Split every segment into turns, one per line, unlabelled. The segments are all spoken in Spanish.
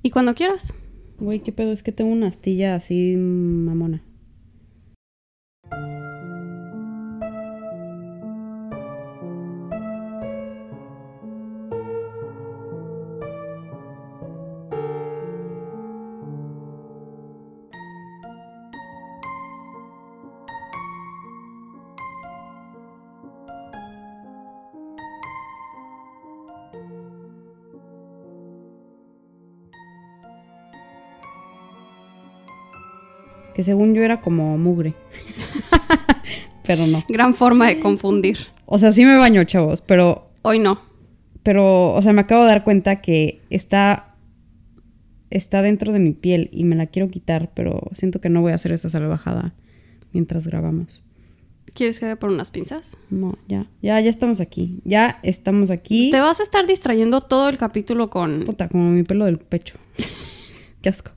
Y cuando quieras.
Güey, qué pedo, es que tengo una astilla así mamona. Que según yo era como mugre. pero no.
Gran forma de confundir.
O sea, sí me baño, chavos, pero
Hoy no.
pero o sea, me acabo de dar cuenta que está está dentro de mi piel y me la quiero quitar, pero siento que no voy a hacer esa salvajada mientras grabamos.
¿Quieres que vaya por unas pinzas?
No, ya, ya, ya estamos aquí. Ya estamos aquí.
Te vas a estar distrayendo todo el capítulo con...
Puta, como mi pelo del pecho. Qué asco.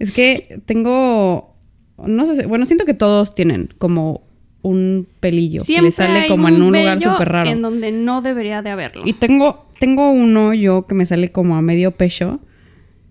Es que tengo. No sé, si- bueno, siento que todos tienen como un pelillo que le sale
hay
como en un lugar
vello
súper raro.
En donde no debería de haberlo.
Y tengo, tengo uno yo que me sale como a medio pecho.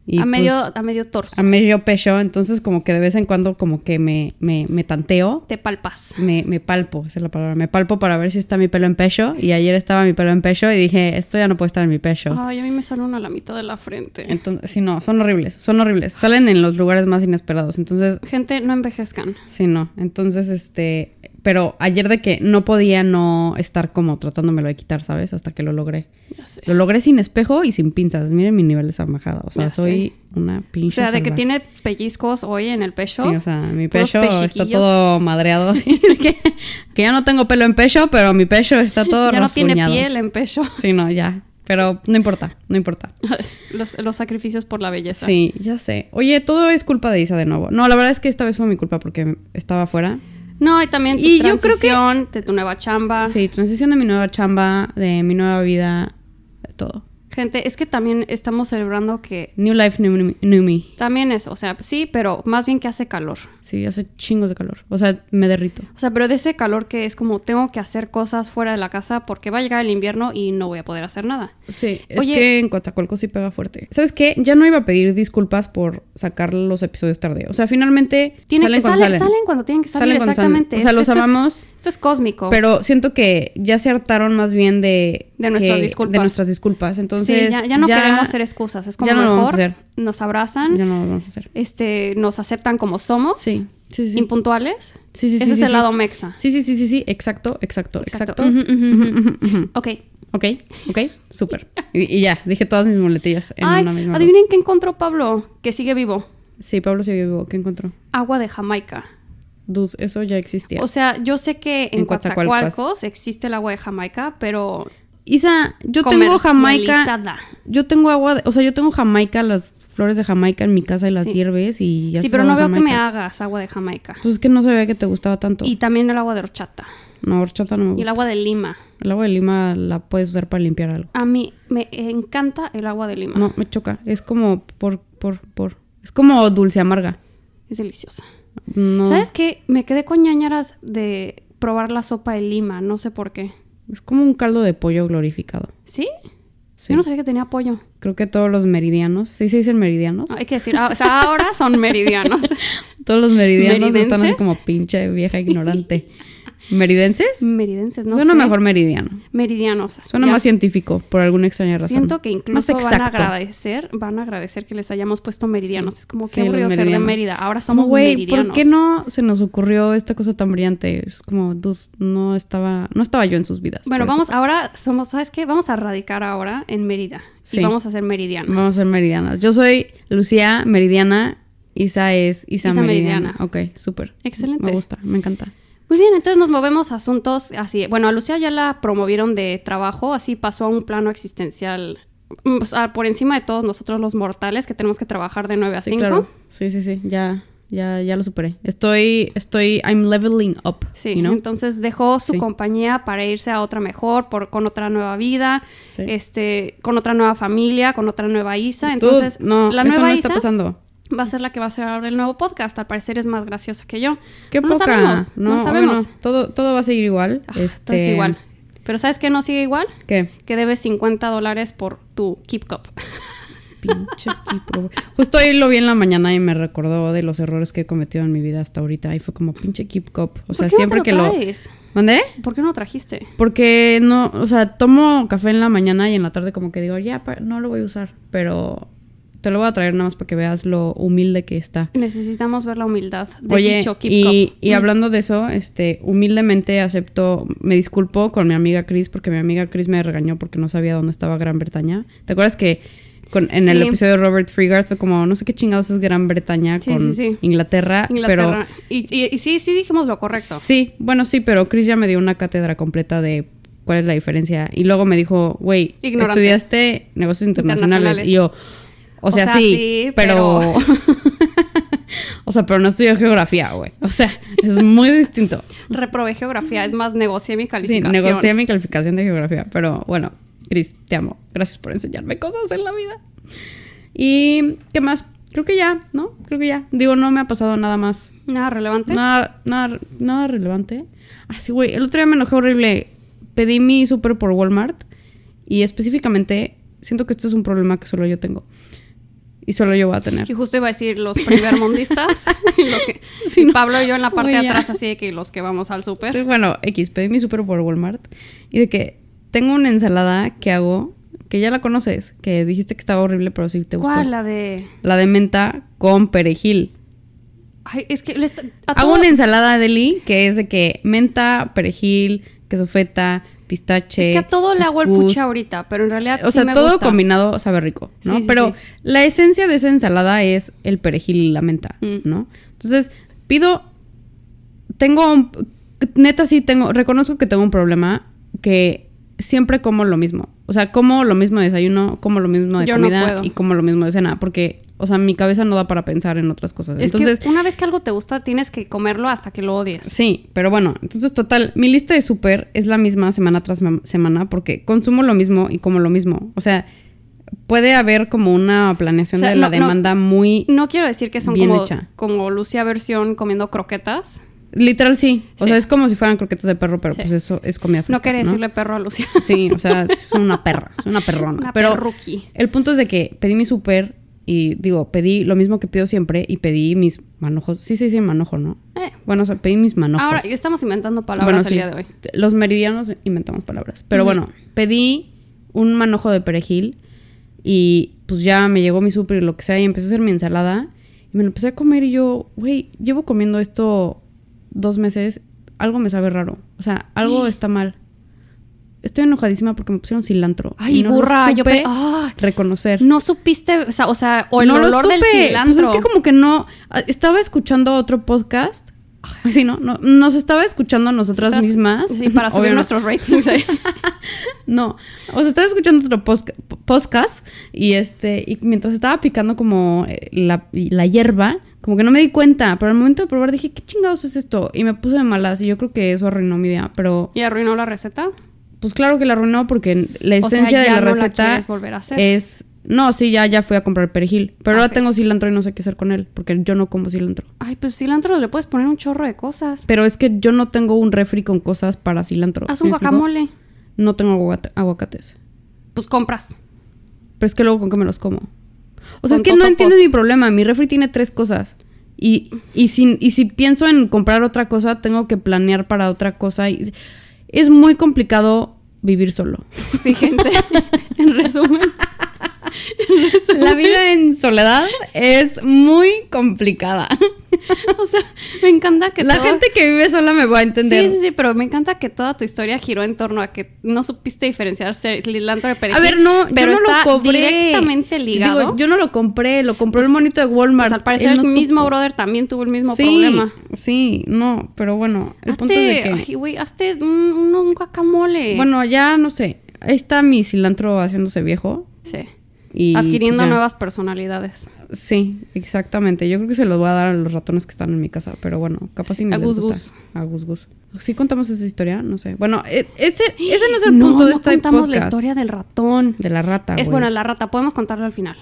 Y
a,
pues,
medio, a medio torso.
a medio pecho. Entonces, como que de vez en cuando, como que me, me, me tanteo.
Te palpas.
Me, me palpo, esa es la palabra. Me palpo para ver si está mi pelo en pecho. Y ayer estaba mi pelo en pecho y dije, esto ya no puede estar en mi pecho.
Ay, a mí me sale uno a la mitad de la frente.
Entonces, sí, no, son horribles, son horribles. Salen en los lugares más inesperados. Entonces,
Gente, no envejezcan.
sí, no. Entonces, este, pero ayer de que no podía no estar como tratándomelo de quitar, ¿sabes? Hasta que lo logré.
Ya sé.
Lo logré sin espejo y sin pinzas. Miren mi nivel de zamajada. O sea,
Ya
soy una pinche.
O sea, de que
salva.
tiene pellizcos hoy en el
Sí,
pecho.
o sea, mi
puros
pecho está
pechiquillos.
todo madreado así. que, que ya no tengo pelo en pecho, pero mi pecho está todo
ya no tiene
rasguñado.
piel en pecho.
Sí, no, ya. Pero no importa, no importa.
los, los sacrificios por la belleza.
Sí, ya sé. Oye, todo es culpa de Isa de nuevo. No, la verdad es que esta vez fue mi culpa porque estaba fuera.
No, y también tu
Y yo creo que-
transición de tu nueva chamba.
Sí, transición de mi nueva chamba, de mi nueva vida, de todo.
Gente, es que también estamos celebrando que
New life, new, new- new me.
también es, o sea, sí, pero más bien que hace calor.
Sí, hace chingos de calor. O sea, me derrito.
O sea, pero de ese calor que es como tengo que hacer cosas fuera de la casa porque va a llegar el invierno y no voy a poder hacer nada.
Sí, es
Oye-
que en Coatzacoalcos sí pega fuerte. ¿Sabes qué? Ya no iba a pedir disculpas por sacar los episodios tarde. O sea, finalmente
Tienen
salen
que
cuando
salen,
salen.
salen cuando tienen que salir,
Salen cuando salen.
exactamente.
O sea,
es-
los amamos.
esto es cósmico.
Pero siento que ya se hartaron más bien de...
De nuestras
que-
disculpas.
De nuestras disculpas. Entonces...
Sí, ya, ya no queremos hacer excusas. Es como
ya no lo
mejor
vamos a hacer.
nos abrazan,
Ya no lo vamos a hacer.
este, nos aceptan como somos,
Sí, sí, sí.
impuntuales.
Sí, sí, sí,
Ese es
sí,
el
sí.
lado mexa.
Sí, sí, sí, sí, sí, exacto, exacto,
Exacto.
exacto. Ujú, ujú, ujú, ujú, ujú.
Ok.
Ok, ok, súper. Y, y ya, dije todas mis muletillas en
Ay,
una misma.
adivinen qué encontró Pablo, que sigue vivo.
Sí, Pablo sigue vivo, ¿qué encontró?
Agua de Jamaica.
Dude, eso ya existía.
O sea, yo sé que en,
En Coatzacoalcos.
Coatzacoalcos existe el agua de Jamaica, pero
Isa, yo tengo Jamaica.
comercializada.
Yo tengo agua, de- o sea, yo tengo Jamaica, las flores de Jamaica en mi casa y las
Sí.
hierves y ya
Sí,
se
pero
sabe
no veo que me
Jamaica.
hagas agua de Jamaica.
Pues es que no sabía que te gustaba tanto.
Y también el agua de horchata
No, horchata no me
y el
gusta.
agua de Lima.
El agua de Lima la puedes usar para limpiar algo.
A mí me encanta el agua de Lima.
No, me choca. Es como por, por, por. Es como dulce amarga.
Es deliciosa.
No.
¿Sabes qué? Me quedé con ñañaras de probar la sopa de Lima, no sé por qué.
Es como un caldo de pollo glorificado.
¿Sí?
Sí.
Yo no sabía que tenía pollo.
Creo que todos los meridianos, sí se dicen meridianos.
Hay que decir, ah, o sea, ahora son meridianos.
Todos los meridianos están así
¿Meridenses?
como pinche vieja ignorante. ¿Meridenses?
Meridenses, Pues no
Suena
sé.
mejor meridiano.
Meridianos.
Suena
Ya.
más científico, por alguna extraña razón.
Siento que
Más
incluso van a
exacto.
agradecer, van a agradecer que les hayamos puesto meridianos. Es como
Sí,
que
los
aburrido ser de
meridianos.
Mérida. Ahora
Como,
somos
güey,
meridianos.
¿por qué no se nos ocurrió esta cosa tan brillante? Es como, dude, no estaba, no estaba yo en sus vidas.
Bueno,
por eso.
vamos, ahora somos, ¿sabes qué? Vamos a radicar ahora en Mérida.
Sí.
Y vamos a ser meridianos.
Vamos a ser meridianas. Yo soy Lucía Meridiana, Isa es Isa,
Isa
Meridiana.
Meridiana.
Ok, súper.
Excelente.
Me gusta, me encanta.
Muy bien, entonces nos movemos a asuntos así. Bueno, a Lucía ya la promovieron de trabajo, así pasó a un plano existencial. mm, o sea, por encima de todos nosotros los mortales que tenemos que trabajar de 9 a 5.
Sí, sí, sí, ya, ya, ya lo superé. Estoy, estoy, I'm leveling up.
Sí,
you know?
entonces dejó su
Sí.
compañía para irse a otra mejor, por, con otra nueva vida,
Sí.
este, con otra nueva familia, con otra nueva Isa.
Tú,
Entonces,
no,
la
eso
nueva
no
Isa
está pasando.
va a ser la que va a hacer ahora el nuevo podcast. Al parecer es más graciosa que yo.
Qué
no lo
poca.
sabemos, no,
no,
lo
hoy
sabemos.
no. Todo, todo va a seguir igual.
Ah,
este,
Todo es igual. Pero ¿sabes qué no sigue igual?
¿Qué?
Que debes 50 dólares por tu Keep Cup.
Pinche Kipro. güey. Justo hoy lo vi en la mañana y me recordó de los errores que he cometido en mi vida hasta ahorita. Y fue como pinche Keep Cop. O sea,
¿Por qué
siempre
no te
que lo.
traes?
¿Mandé?
¿Por qué no lo trajiste?
Porque no, o sea, tomo café en la mañana y en la tarde como que digo, ya, pa- no lo voy a usar, pero te lo voy a traer nada más para que veas lo humilde que está.
Necesitamos ver la humildad de
Oye,
dicho Keep
y,
Cup.
y
Mm.
hablando de eso, este, humildemente acepto, me disculpo con mi amiga Chris porque mi amiga Chris me regañó porque no sabía dónde estaba Gran Bretaña. ¿Te acuerdas que con- en el
Sí.
episodio de Robert Freegard fue como, no sé qué chingados es Gran Bretaña
Sí,
con
sí, sí.
Inglaterra, pero
Inglaterra. Y, y- y sí, sí dijimos lo correcto.
Sí, bueno, sí, pero Chris ya me dio una cátedra completa de cuál es la diferencia. Y luego me dijo, güey,
Ignorante.
estudiaste negocios internacionales.
Internacionales.
Y yo, o sea, sí, pero... o sea, pero no estudié geografía, güey. O sea, es muy distinto.
Reprobé geografía, es más, negocié mi
Sí,
calificación.
negocié mi calificación de geografía, pero bueno, Chris, te amo. Gracias por enseñarme cosas en la vida. Y, ¿qué más? Creo que ya, ¿no? Creo que ya. Digo, no me ha pasado nada más
Nada relevante.
Nada, nada, nada relevante. Así, güey, el otro día me enojé horrible. Pedí mi súper por Walmart y específicamente siento que esto es un problema que solo yo tengo y solo yo voy a tener.
Y justo iba a decir los primermundistas. y los que-
Sí,
y
no.
Pablo y yo en la parte de
Güey, ya.
atrás, así de que los que vamos al súper.
Entonces, bueno, X, pedí mi súper por Walmart y de que tengo una ensalada que hago que ya la conoces, que dijiste que estaba horrible, pero sí te gustó.
¿Cuál? La de.
La de menta con perejil.
Ay, es que. le está- a
Hago
todo-
una ensalada de Lee que es de que menta, perejil, queso feta, pistache.
Es que a todo le hago el
cuscús.
pucha ahorita, pero en realidad.
O
sí
sea,
me
todo
gusta.
combinado sabe rico, ¿no?
Sí, sí,
Pero
sí.
la esencia de esa ensalada es el perejil y la menta,
Mm.
¿no? Entonces, pido. Tengo. un- neta, sí tengo. Reconozco que tengo un problema que siempre como lo mismo. O sea, como lo mismo de desayuno, como lo mismo de
Yo no
comida
puedo.
y como lo mismo de cena. Porque, o sea, mi cabeza no da para pensar en otras cosas.
Es
Entonces,
que una vez que algo te gusta, tienes que comerlo hasta que lo odies.
Sí, pero bueno, entonces total, mi lista de súper es la misma semana tras ma- semana porque consumo lo mismo y como lo mismo. O sea, puede haber como una
O
planeación
sea,
de la
no- no-
demanda muy...
No quiero decir que son
Bien
como,
hecha.
como Lucia versión comiendo croquetas.
Literal sí, o
Sí.
sea, es como si fueran croquetas de perro, pero
Sí.
pues eso es comida fresca.
No quiere decirle perro a Lucia.
Sí, o sea, es una perra, es una perrona.
Una
pero
perruqui.
el punto es de que pedí mi súper y digo, pedí lo mismo que pido siempre y pedí mis manojos. Sí, sí, sí, manojo, ¿no?
Eh,
Bueno, o sea, pedí mis manojos.
ahora estamos inventando palabras
Bueno,
al
sí.
día de hoy.
Los meridianos inventamos palabras. Pero
Ujú.
bueno, pedí un manojo de perejil y pues ya me llegó mi súper y lo que sea y empecé a hacer mi ensalada y me lo empecé a comer y yo, güey, llevo comiendo esto dos meses, algo me sabe raro. O sea, algo
Sí.
está mal. Estoy enojadísima porque me pusieron cilantro.
Ay,
y no lo
burra, yo
supe
pe- ¡Ah!
reconocer.
No supiste, o sea, o, sea, o el
No lo
olor del
supe.
cilantro.
Pues es que como que no. ah, Estaba escuchando otro podcast. Sí, no, no, nos estaba escuchando a nosotras
Nosotras-
mismas.
Sí, para subir
Obvio no.
nuestros ratings. ahí.
No, o sea, estaba escuchando otro posca- po- podcast y este, y mientras estaba picando como eh, la, la hierba, como que no me di cuenta, pero al momento de probar dije, ¿qué chingados es esto? Y me puse de malas y yo creo que eso arruinó mi día, pero
¿Y arruinó la receta?
pues claro que la arruinó porque la
O sea,
esencia de
ya
la
no la
receta
quieres volver a hacer.
es, no, sí, ya, ya fui a comprar perejil, pero
Ok.
ahora tengo cilantro y no sé qué hacer con él, porque yo no como cilantro.
Ay, pues cilantro le puedes poner un chorro de cosas.
Pero es que yo no tengo un refri con cosas para cilantro.
Haz un
¿me explico?
guacamole.
No tengo aguacate- aguacates.
Pues compras.
Pero es que luego con qué me los como. O sea,
Con
es que no
totopos.
entiendes mi problema. Mi refri tiene tres cosas. Y, y, si, y si pienso en comprar otra cosa, tengo que planear para otra cosa. Y es muy complicado vivir solo.
Fíjense. en resumen.
La vida en soledad es muy complicada.
O sea, me encanta que
La
todo-
gente que vive sola me va a entender.
Sí, sí, sí, pero me encanta que toda tu historia giró en torno a que no supiste diferenciar ce- cilantro de perejil.
A ver, no,
pero
yo no
está
lo compré.
directamente ligado.
Digo, yo no lo compré, lo compró el monito de Walmart.
Pues, al parecer
Él
el
no
mismo
supo.
brother también tuvo el mismo
sí,
problema.
Sí, no, pero bueno, el
hazte,
punto es de que...
ay, güey, hazte un, un- un guacamole.
Bueno, ya no sé. Ahí está mi cilantro haciéndose viejo.
sí.
Y
adquiriendo
pues ya.
nuevas personalidades.
Sí, exactamente. Yo creo que se los voy a dar a los ratones que están en mi casa. Pero bueno, capaz si
A
me les
Gus
gusta.
Gus.
A Gus Gus. ¿Sí contamos esa historia? No sé. Bueno, e- ese, ese no es el punto de
no
este
contamos
podcast.
la historia del ratón.
De la rata,
es
güey.
buena la rata, podemos contarla al final.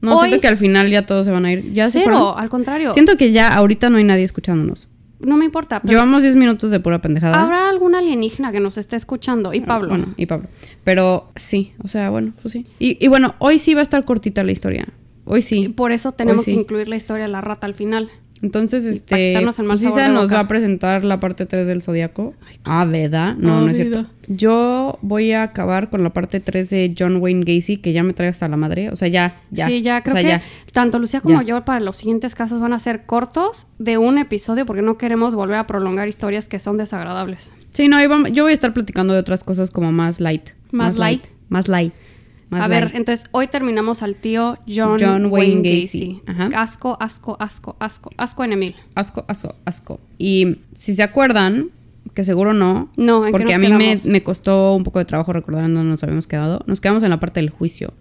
No,
Hoy-
siento que al final ya todos se van a ir. ¿Ya se
Cero,
fueron?
al contrario.
Siento que ya ahorita no hay nadie escuchándonos.
no me importa. Pero
Llevamos 10 minutos de pura pendejada.
habrá alguna alienígena que nos esté escuchando. Y Pablo.
Ah, Bueno, y Pablo. Pero sí, o sea, bueno, pues sí. Y, y bueno, hoy sí va a estar cortita la historia. Hoy
Y
sí.
por eso tenemos
Hoy sí.
que incluir la historia de la rata al final.
Entonces,
para
este.
quitarnos el mal
pues,
sabor
Isa
de
nos
boca.
va a presentar la parte 3 del zodiaco. Ah, ¿verdad? No,
Ah,
no es cierto.
¿verdad?
Yo voy a acabar con la parte 3 de John Wayne Gacy, que ya me trae hasta la madre. O sea, ya, ya.
Sí, ya
O
creo
sea,
que
ya.
tanto Lucía como
Ya.
yo para los siguientes casos van a ser cortos de un episodio porque no queremos volver a prolongar historias que son desagradables.
Sí, no, ahí vamos- yo voy a estar platicando de otras cosas como más light.
Más light.
Más light. Más
a ver,
light.
entonces hoy terminamos al tío John,
John
Wayne,
Wayne
Gacy.
Gacy. Ajá.
Asco, asco, asco, asco, asco en Emil.
Asco, asco, asco. Y si se acuerdan, que seguro no.
No, ¿en qué
Porque
nos
a mí me,
quedamos?
me costó un poco de trabajo recordar en dónde nos habíamos quedado. Nos quedamos en la parte del juicio.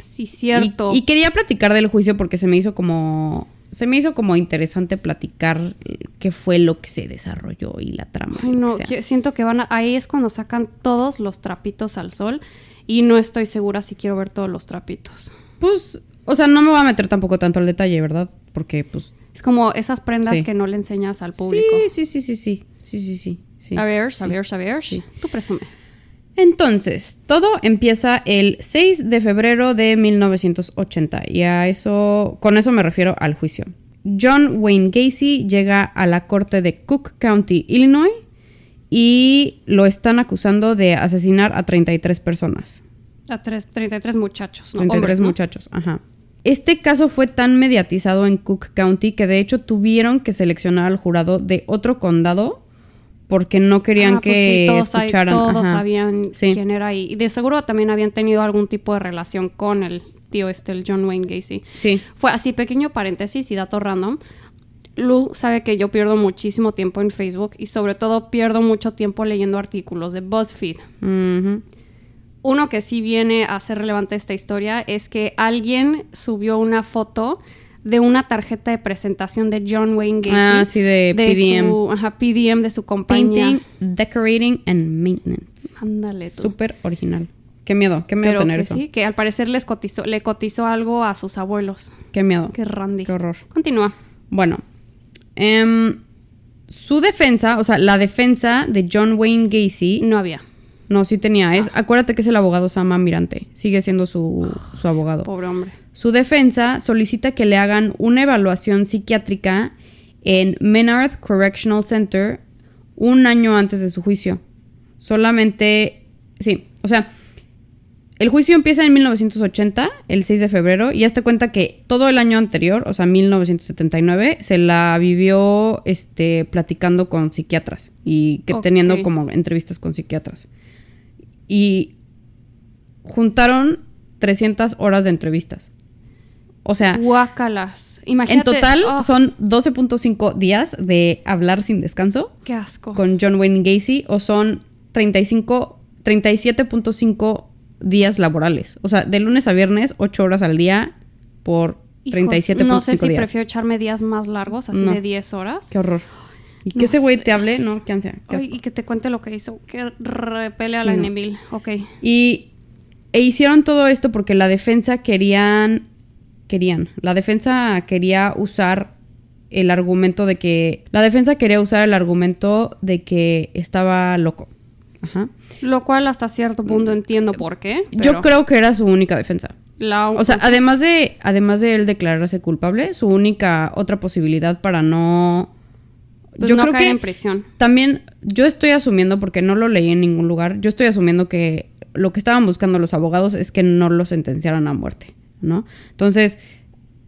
Sí, cierto.
Y, y quería platicar del juicio porque se me hizo como. Se me hizo como interesante platicar eh, qué fue lo que se desarrolló y la trama. y
Ay,
lo
no,
que sea.
que- siento que van a- ahí es cuando sacan todos los trapitos al sol y no estoy segura si quiero ver todos los trapitos.
Pues, o sea, no me voy a meter tampoco tanto al detalle, ¿verdad? Porque, pues.
Es como esas prendas
Sí.
que no le enseñas al público.
Sí, sí, sí, sí, sí. Sí, sí, sí. sí.
a ver,
Sí.
a ver, a ver.
Sí.
Tú presume.
Entonces, todo empieza el 6 de febrero de 1980 y a eso, con eso me refiero al juicio. John Wayne Gacy llega a la corte de Cook County, Illinois y lo están acusando de asesinar a 33 personas.
A tres, 33 muchachos. ¿no?
33
Hombres, ¿no?
muchachos, ajá. Este caso fue tan mediatizado en Cook County que de hecho tuvieron que seleccionar al jurado de otro condado porque no querían
Ah, pues
que
sí, todos, ahí-
escucharan.
todos
ajá.
sabían
Sí.
quién era ahí. Y de seguro también habían tenido algún tipo de relación con el tío este, el John Wayne Gacy.
Sí.
Fue así, pequeño paréntesis y dato random. Lu sabe que yo pierdo muchísimo tiempo en Facebook y sobre todo pierdo mucho tiempo leyendo artículos de BuzzFeed.
Ujú.
Uno que sí viene a ser relevante esta historia es que alguien subió una foto de una tarjeta de presentación de John Wayne Gacy.
Ah, sí, de PDM.
Su, ajá, PDM de su compañía.
Painting, decorating and maintenance.
Ándale tú.
Súper original. Qué miedo, qué miedo
Pero
tener
que
eso.
sí, que al parecer les cotizó, le cotizó algo a sus abuelos.
Qué miedo.
Qué randy.
Qué horror.
Continúa.
Bueno, em, su defensa, o sea, la defensa de John Wayne Gacy,
No había.
no, sí tenía,
Ah.
es, acuérdate que es el abogado Sama Mirante, sigue siendo su, su abogado.
Pobre hombre.
Su defensa solicita que le hagan una evaluación psiquiátrica en Menard Correctional Center un año antes de su juicio. Solamente, sí, o sea, el juicio empieza en 1980, el 6 de febrero, y hazte cuenta que todo el año anterior, o sea, 1979, se la vivió este, platicando con psiquiatras y que
Ok.
teniendo como entrevistas con psiquiatras. Y juntaron 300 horas de entrevistas. O sea,
Guácalas.
Ah. en
Imagínate.
total
oh,
son 12.5 días de hablar sin descanso
Qué asco.
con John Wayne Gacy o son 35 37.5 días laborales. O sea, de lunes a viernes, 8 horas al día por
Hijos,
37.5
No sé si
días.
prefiero echarme días más largos, así
No.
de 10 horas.
Qué horror. Y
No
que ese güey
sé.
te hable, no, qué ansia, qué
Ay,
asco.
y que te cuente lo que hizo. Que repele a
Sí,
la
no.
Enemil. Ok.
Y e hicieron todo esto porque la defensa querían querían, la defensa quería usar el argumento de que la defensa quería usar el argumento de que estaba loco. Ajá.
Lo cual hasta cierto punto entiendo por qué.
Yo
pero Ah, pues
creo que era su única defensa.
La,
O sea, además de además de él declararse culpable, su única otra posibilidad para no
pues
yo
no
creo
caer
que
en prisión.
también yo estoy asumiendo, porque no lo leí en ningún lugar, yo estoy asumiendo que lo que estaban buscando los abogados es que no lo sentenciaran a muerte, ¿no? Entonces,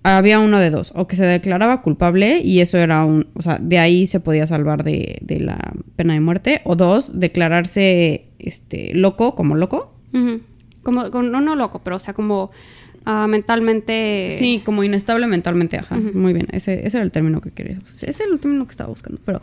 había uno de dos, o que se declaraba culpable y eso era un, o sea, de ahí se podía salvar de, de la pena de muerte, o dos, declararse este, loco como loco.
Ujú. Como, con- no, no loco, pero o sea, como ah, mentalmente.
Sí, como inestable mentalmente, ajá. Muy bien, ese, ese era el término que quería. pues, Ese es el término que estaba buscando, pero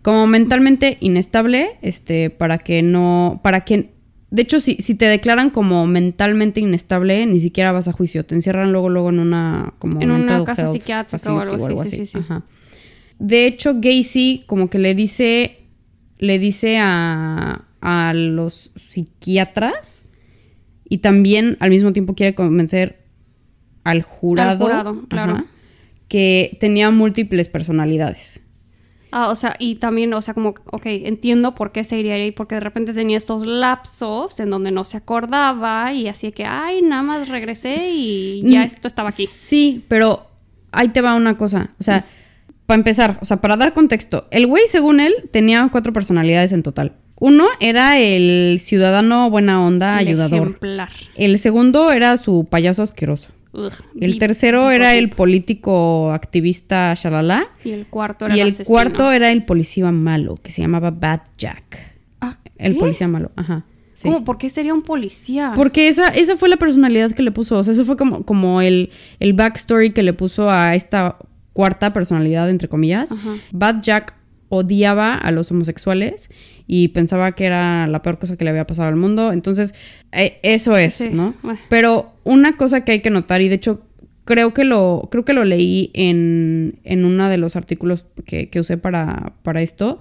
como mentalmente inestable, este, para que no, para que, de hecho, si, si te declaran como mentalmente inestable, ni siquiera vas a juicio, te encierran luego, luego en una, como
En una
mental
casa
health
psiquiátrica o algo
facility
así, sí, sí, sí.
ajá. De hecho, Gacy como que le dice, le dice a, a los psiquiatras y también al mismo tiempo quiere convencer al jurado,
jurado, claro.
ajá, que tenía múltiples personalidades.
Ah, o sea, y también, o sea, como, ok, entiendo por qué se iría ahí, porque de repente tenía estos lapsos en donde no se acordaba y así que, ay, nada más regresé y
mm,
ya esto estaba aquí.
Sí, pero ahí te va una cosa. O sea, para empezar, o sea, para dar contexto, el güey, según él, tenía cuatro personalidades en total. Uno era el ciudadano buena onda,
El
ayudador.
Ejemplar.
El segundo era su payaso asqueroso.
Ugh,
El
vi-
tercero era el
prototipo.
político activista shalala.
Y el cuarto era
Y el
asesino.
cuarto era el policía malo, que se llamaba Bad Jack.
Ah,
El
¿qué?
policía malo, ajá. sí.
¿Cómo? ¿Por qué sería un policía?
Porque esa, esa fue la personalidad que le puso. O sea, eso fue como, como el, el backstory que le puso a esta cuarta personalidad, entre comillas.
Ajá.
Bad Jack odiaba a los homosexuales y pensaba que era la peor cosa que le había pasado al mundo. Entonces, eh, eso es,
Sí,
¿no?
bueno.
Pero una cosa que hay que notar, y de hecho creo que lo, creo que lo leí en, en uno de los artículos que, que usé para, para esto,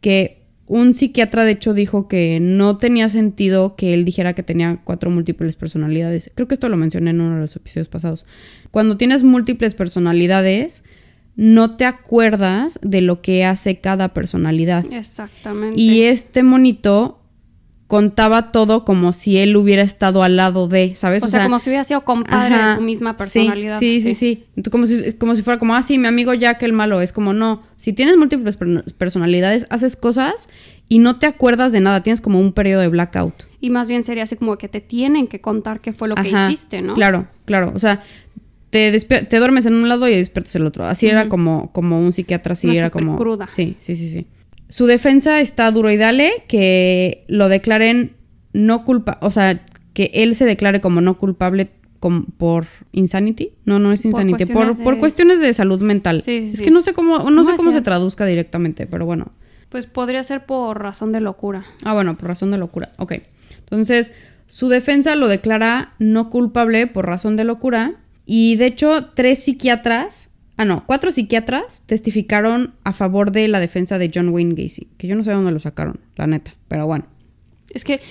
que un psiquiatra de hecho dijo que no tenía sentido que él dijera que tenía cuatro múltiples personalidades. Creo que esto lo mencioné en uno de los episodios pasados. Cuando tienes múltiples personalidades, no te acuerdas de lo que hace cada personalidad.
Exactamente.
Y este monito contaba todo como si él hubiera estado al lado de, ¿sabes?
o, sea, como si hubiera sido compadre
pues, ajá,
de su misma
sí,
personalidad.
Sí, sí, sí. Tú Como, si, como si fuera como, ah, sí, mi amigo Jack el malo. Es como, no, si tienes múltiples per- personalidades, haces cosas y no te acuerdas de nada. Tienes como un periodo de blackout.
Y más bien sería así como que te tienen que contar qué fue lo que
Ajá,
hiciste, ¿no?
Claro, claro. O sea, te, despier- te duermes en un lado y despiertas el otro. Así era como, como un psiquiatra, así
Una
era como.
supercruda.
Sí, sí, sí, sí. Su defensa está duro y dale que lo declaren no culpa, o sea, que él se declare como no culpable com- por insanity. No, no es
Por
insanity, por,
cuestiones
por
de-
cuestiones de salud mental.
Sí, sí,
es
sí.
que no sé cómo, no
No,
sé
es
cómo se
cierto.
traduzca directamente, pero bueno.
Pues podría ser por razón de locura.
Ah, bueno, por razón de locura. Ok. Entonces, su defensa lo declara no culpable por razón de locura. Y de hecho, tres psiquiatras, ah, no, cuatro psiquiatras testificaron a favor de la defensa de John Wayne Gacy. Que yo no sé de dónde lo sacaron, la neta. Pero bueno.
Es que,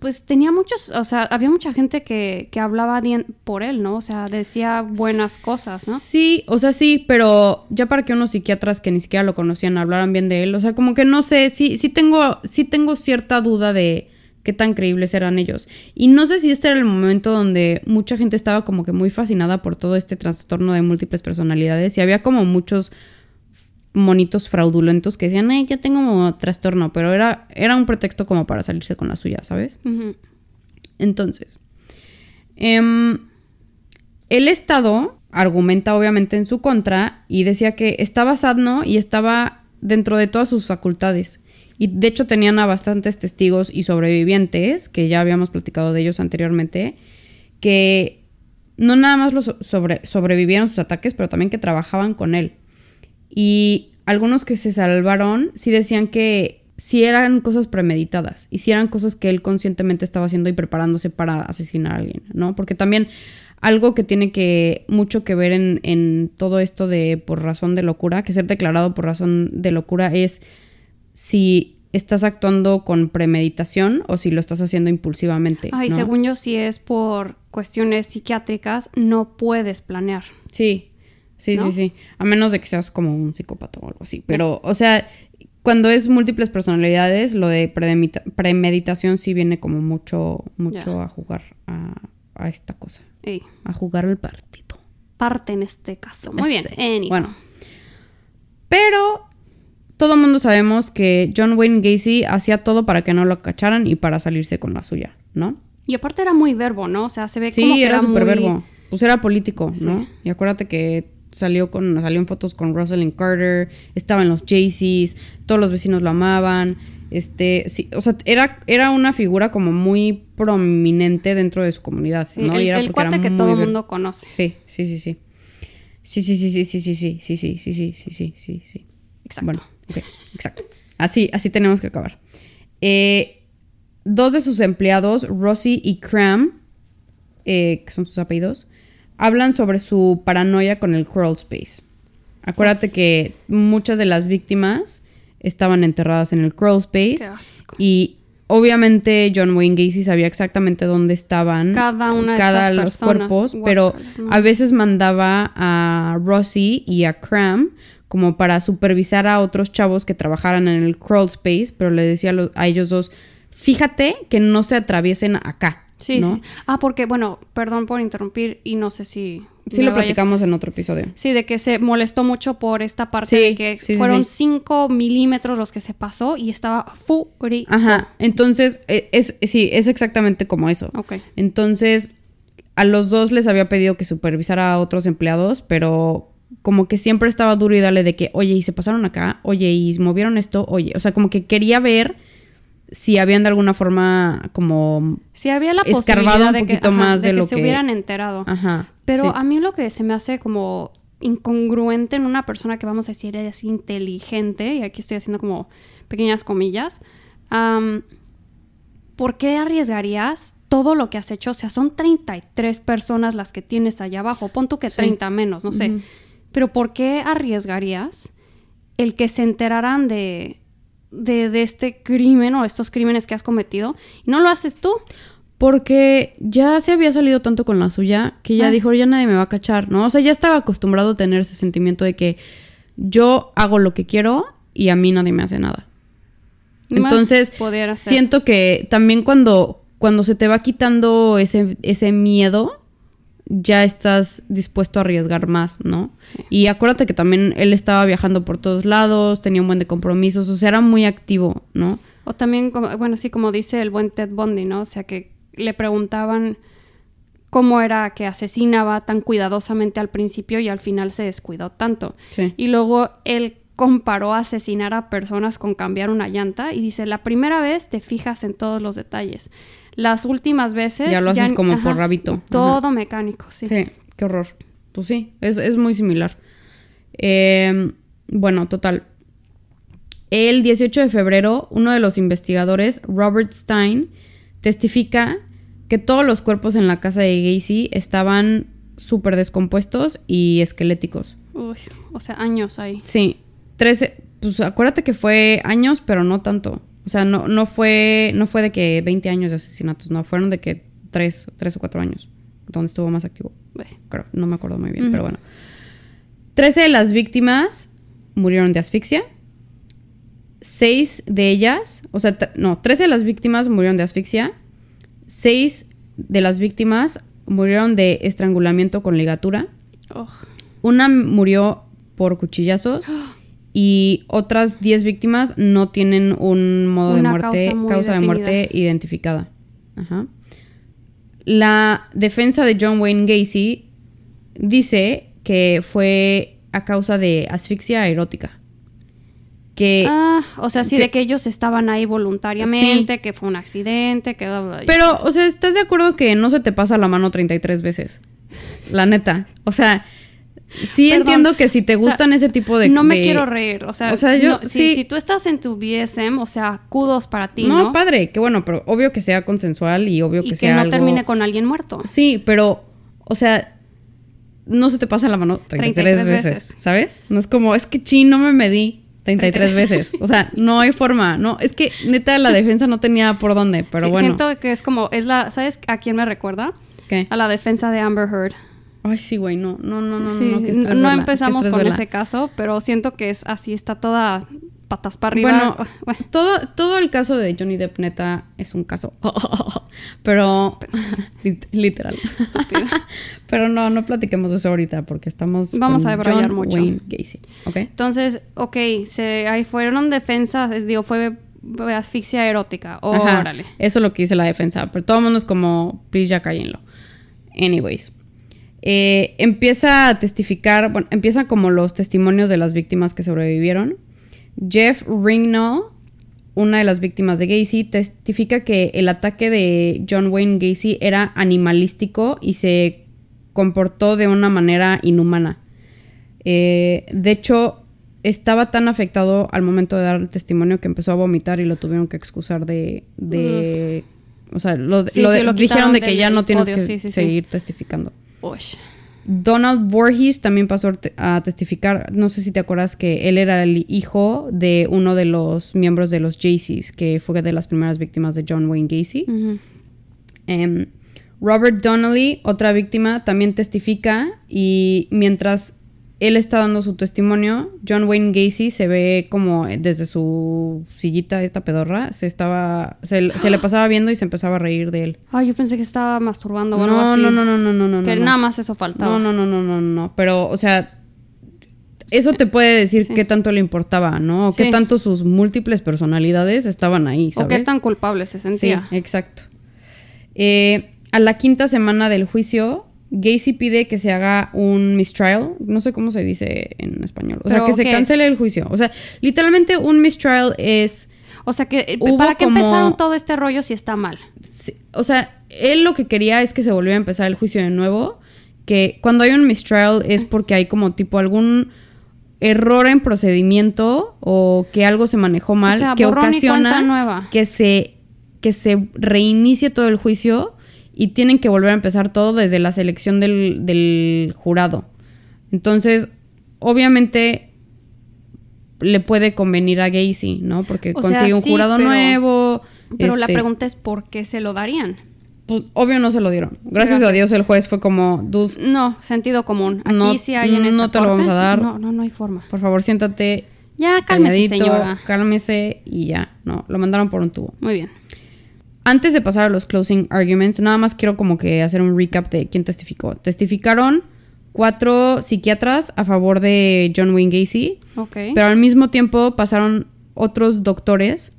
pues tenía muchos, o sea, había mucha gente que, que hablaba bien por él, ¿no? O sea, decía buenas cosas, ¿no?
Sí, o sea, sí, pero ya para que unos psiquiatras que ni siquiera lo conocían hablaran bien de él, o sea, como que no sé, sí, sí tengo, sí tengo cierta duda de qué tan creíbles eran ellos. Y no sé si este era el momento donde mucha gente estaba como que muy fascinada por todo este trastorno de múltiples personalidades y había como muchos monitos fraudulentos que decían, ay, ya tengo como trastorno, pero era, era un pretexto como para salirse con la suya, ¿sabes?
Ujú.
Entonces, em, el Estado argumenta obviamente en su contra y decía que estaba sano y estaba dentro de todas sus facultades. Y de hecho tenían a bastantes testigos y sobrevivientes, que ya habíamos platicado de ellos anteriormente, que no nada más los sobre- sobrevivieron sus ataques, pero también que trabajaban con él. Y algunos que se salvaron sí decían que sí eran cosas premeditadas y sí eran cosas que él conscientemente estaba haciendo y preparándose para asesinar a alguien, ¿no? Porque también algo que tiene que mucho que ver en, en todo esto de por razón de locura, que ser declarado por razón de locura es si estás actuando con premeditación o si lo estás haciendo impulsivamente.
Ay,
¿no?
según yo, si es por cuestiones psiquiátricas, no puedes planear.
Sí, sí,
¿No?
sí, sí. A menos de que seas como un psicópata o algo así. Pero, o sea, cuando es múltiples personalidades, lo de predemita- premeditación sí viene como mucho, mucho
Ya.
a jugar a, a esta cosa.
Ey,
A jugar al partido.
parte en este caso. Muy bien.
Ese.
anyhow.
Bueno. Pero todo el mundo sabemos que John Wayne Gacy hacía todo para que no lo cacharan y para salirse con la suya, ¿no?
Y aparte era muy verbo, ¿no? O sea, se ve como
Sí,
que
era
era muy...
súper verbo. Pues era político,
Sí.
¿no? Y acuérdate que salió con salió en fotos con Rosalind Carter, estaba en los Jaycees, todos los vecinos lo amaban. Este, sí, o sea, era, era una figura como muy prominente dentro de su comunidad,
Sí,
¿no?
el,
Y era
el
porque era
cuate que
muy
todo el
ver-
mundo conoce.
Sí, sí, sí, sí. Sí, sí, sí, sí, sí, sí, sí, sí, sí, sí, sí, sí, sí, sí, sí.
Exacto.
Bueno, ok, exacto. Así, así tenemos que acabar. Eh, dos de sus empleados, Rossi y Cram, eh, que son sus apellidos, hablan sobre su paranoia con el crawl space. Acuérdate que muchas de las víctimas estaban enterradas en el crawl
Qué
space
asco.
y obviamente John Wayne Gacy sabía exactamente dónde estaban
Cada una de
cada
estas
los
personas.
cuerpos,
Guácala,
pero
no.
a veces mandaba a Rossi y a Cram como para supervisar a otros chavos que trabajaran en el crawl space, pero le decía a, lo- a ellos dos, fíjate que no se atraviesen acá.
Sí,
¿no?
sí. Ah, porque, bueno, perdón por interrumpir y no sé si...
Sí,
me
lo
vayas-
platicamos en otro episodio.
Sí, de que se molestó mucho por esta parte
Sí,
de que
sí, sí,
fueron
sí.
5 milímetros los que se pasó y estaba furi.
Ajá, entonces, eh, es, sí, es exactamente como eso.
Ok.
Entonces, a los dos les había pedido que supervisara a otros empleados, pero como que siempre estaba duro y dale de que, oye, y se pasaron acá, oye, y movieron esto, oye, o sea, como que quería ver si habían de alguna forma como...
Sí, había la
Escarbado
posibilidad
un
de que,
poquito más
de
de
que
lo
se
que-
hubieran enterado.
Ajá.
Pero
sí.
a mí lo que se me hace como incongruente en una persona que vamos a decir eres inteligente, y aquí estoy haciendo como pequeñas comillas, am, ¿por qué arriesgarías todo lo que has hecho? O sea, son 33 personas las que tienes allá abajo, pon tú que
Sí.
30 menos, no sé,
Ujú.
pero ¿por qué arriesgarías el que se enteraran de... De, de este crimen o estos crímenes que has cometido y no lo haces tú.
Porque ya se había salido tanto con la suya que ya
Ah.
dijo, ya nadie me va a cachar, ¿no? O sea, ya estaba acostumbrado a tener ese sentimiento de que yo hago lo que quiero y a mí nadie me hace nada.
Más
Entonces,
pudiera ser.
siento que también cuando, cuando se te va quitando ese, ese miedo, ya estás dispuesto a arriesgar más, ¿no? Y acuérdate que también él estaba viajando por todos lados, tenía un buen de compromisos, o sea, era muy activo, ¿no?
O también, como- bueno, sí, como dice el buen Ted Bundy, ¿no? O sea, que le preguntaban cómo era que asesinaba tan cuidadosamente al principio y al final se descuidó tanto.
Sí.
Y luego él comparó asesinar a personas con cambiar una llanta y dice, la primera vez te fijas en todos los detalles. Las últimas veces...
Ya lo haces como por hábito. Ajá.
Todo mecánico, sí.
Sí, qué horror. Pues sí, es, es muy similar. Eh, bueno, total. El 18 de febrero, uno de los investigadores, Robert Stein, testifica que todos los cuerpos en la casa de Gacy estaban súper descompuestos y esqueléticos.
Uy, o sea, años ahí.
Sí, 13, pues acuérdate que fue años, pero no tanto. O sea, no, no, fue, no fue de que 20 años de asesinatos, no, fueron de que 3, tres o 4 años, donde estuvo más activo
Ve.
creo, no me acuerdo muy bien,
Ujú.
pero bueno. Trece de las víctimas murieron de asfixia. Seis de ellas, o sea, tre- no, trece de las víctimas murieron de asfixia. Seis de las víctimas murieron de estrangulamiento con ligatura.
Oj.
Una murió por cuchillazos y otras 10 víctimas no tienen un modo
Una
de muerte,
causa muy
causa, de muerte identificada. Ajá. La defensa de John Wayne Gacy dice que fue a causa de asfixia erótica. Que
ah, o sea, sí,
Eh, que-
de que ellos estaban ahí voluntariamente, que fue un accidente, que...
Pero,
pues,
o sea, ¿estás de acuerdo que no se te pasa la mano 33 veces? La neta. O sea, sí
Perdón.
entiendo que si te
O sea,
gustan ese tipo de...
no me
de-
quiero reír, o sea,
O sea,
no,
yo-
si,
sí.
si tú estás en tu BSM, o sea, kudos para ti,
no,
¿no?
padre, que bueno, pero obvio que sea consensual y obvio
y
que,
que,
sea
no
algo-
termine con alguien muerto.
Sí, pero, o sea, no se te pasa la mano 33,
33
veces,
veces.
¿sabes? No es como, es que ching, no me medí 33 veces. O sea, no hay forma, no, es que neta la defensa no tenía por dónde, pero
Sí,
bueno.
Siento que es como, es la, ¿sabes a quién me recuerda?
¿Qué?
A la defensa de Amber Heard.
Ay, sí, güey, no, no, no, no,
Sí,
no, qué
n-
estrés
no
verla, qué
empezamos
estrés
con
verla.
ese caso, pero siento que es así, está toda patas para arriba.
Bueno, todo, todo el caso de Johnny Depp neta es un caso. Pero lit- literal. Pero no, no platiquemos de eso ahorita porque estamos
Vamos a debrayar
John
mucho.
Wayne Gacy, ¿ok?
Entonces, ok, se, ahí fueron defensas, es- digo, fue fue asfixia erótica.
Ajá,
Órale.
Eso es lo que dice la defensa, pero todo el mundo es como, please ya cállenlo. Anyways. Eh, empieza a testificar, bueno, empieza como los testimonios de las víctimas que sobrevivieron. Jeff Ringnall, una de las víctimas de Gacy, testifica que el ataque de John Wayne Gacy era animalístico y se comportó de una manera inhumana. Eh, de hecho, estaba tan afectado al momento de dar el testimonio que empezó a vomitar y lo tuvieron que excusar de... de- o sea, lo,
Sí,
lo
sí,
de-
lo
dijeron
quitaron
de que
del
ya no tienes
podio,
que
sí, sí, sí.
seguir testificando.
Ush.
Donald Voorhees también pasó te- a testificar. No sé si te acuerdas que él era el hijo de uno de los miembros de los Jaycees, que fue de las primeras víctimas de John Wayne Gacy.
Ujú.
Em, Robert Donnelly, otra víctima, también testifica y mientras él está dando su testimonio. John Wayne Gacy se ve como eh, desde su sillita, esta pedorra, se estaba. Se, se le pasaba viendo y se empezaba a reír de él.
Ay, yo pensé que estaba masturbando o
No,
algo
no,
así.
no, no, no, no, no, no.
Que
no.
nada más eso faltaba.
No, no, no, no, no, no. Pero, o sea, eso te puede decir
Sí.
qué tanto le importaba, ¿no? O qué
Sí.
tanto sus múltiples personalidades estaban ahí,
o qué
¿sabes?
tan culpable se sentía.
Sí, exacto. Eh, a la quinta semana del juicio, Gacy pide que se haga un mistrial. No sé cómo se dice en español. O sea,
Pero,
que se
¿qué es?
cancele el juicio. O sea, literalmente un mistrial es...
O sea que, eh,
Hubo
¿para qué
como-
empezaron todo este rollo si está mal?
Sí, O sea, él lo que quería es que se volviera a empezar el juicio de nuevo. Que cuando hay un mistrial es porque hay como tipo algún error en procedimiento o que algo se manejó mal
o sea,
que
borrón y cuenta
ocasiona
nueva.
que se que se reinicie todo el juicio y tienen que volver a empezar todo desde la selección del, del jurado. Entonces, obviamente le puede convenir a Gacy, ¿no? Porque
O sea,
consigue un
sí,
jurado
pero-
nuevo.
Pero la
este,
pregunta es ¿por qué se lo darían?
pues, obvio no se lo dieron. Gracias, a
Gracias.
Dios el juez fue como, dude,
No, sentido común. Aquí
No-
sí hay en esta
no te lo vamos
corte.
a dar.
No, no, no hay forma.
por favor siéntate
Ya, cálmese,
calmadito,
señora.
cálmese y ya. No, lo mandaron por un tubo.
Muy bien.
Antes de pasar a los closing arguments, nada más quiero como que hacer un recap de quién testificó. Testificaron cuatro psiquiatras a favor de John Wayne Gacy,
Ok.
pero al mismo tiempo pasaron otros doctores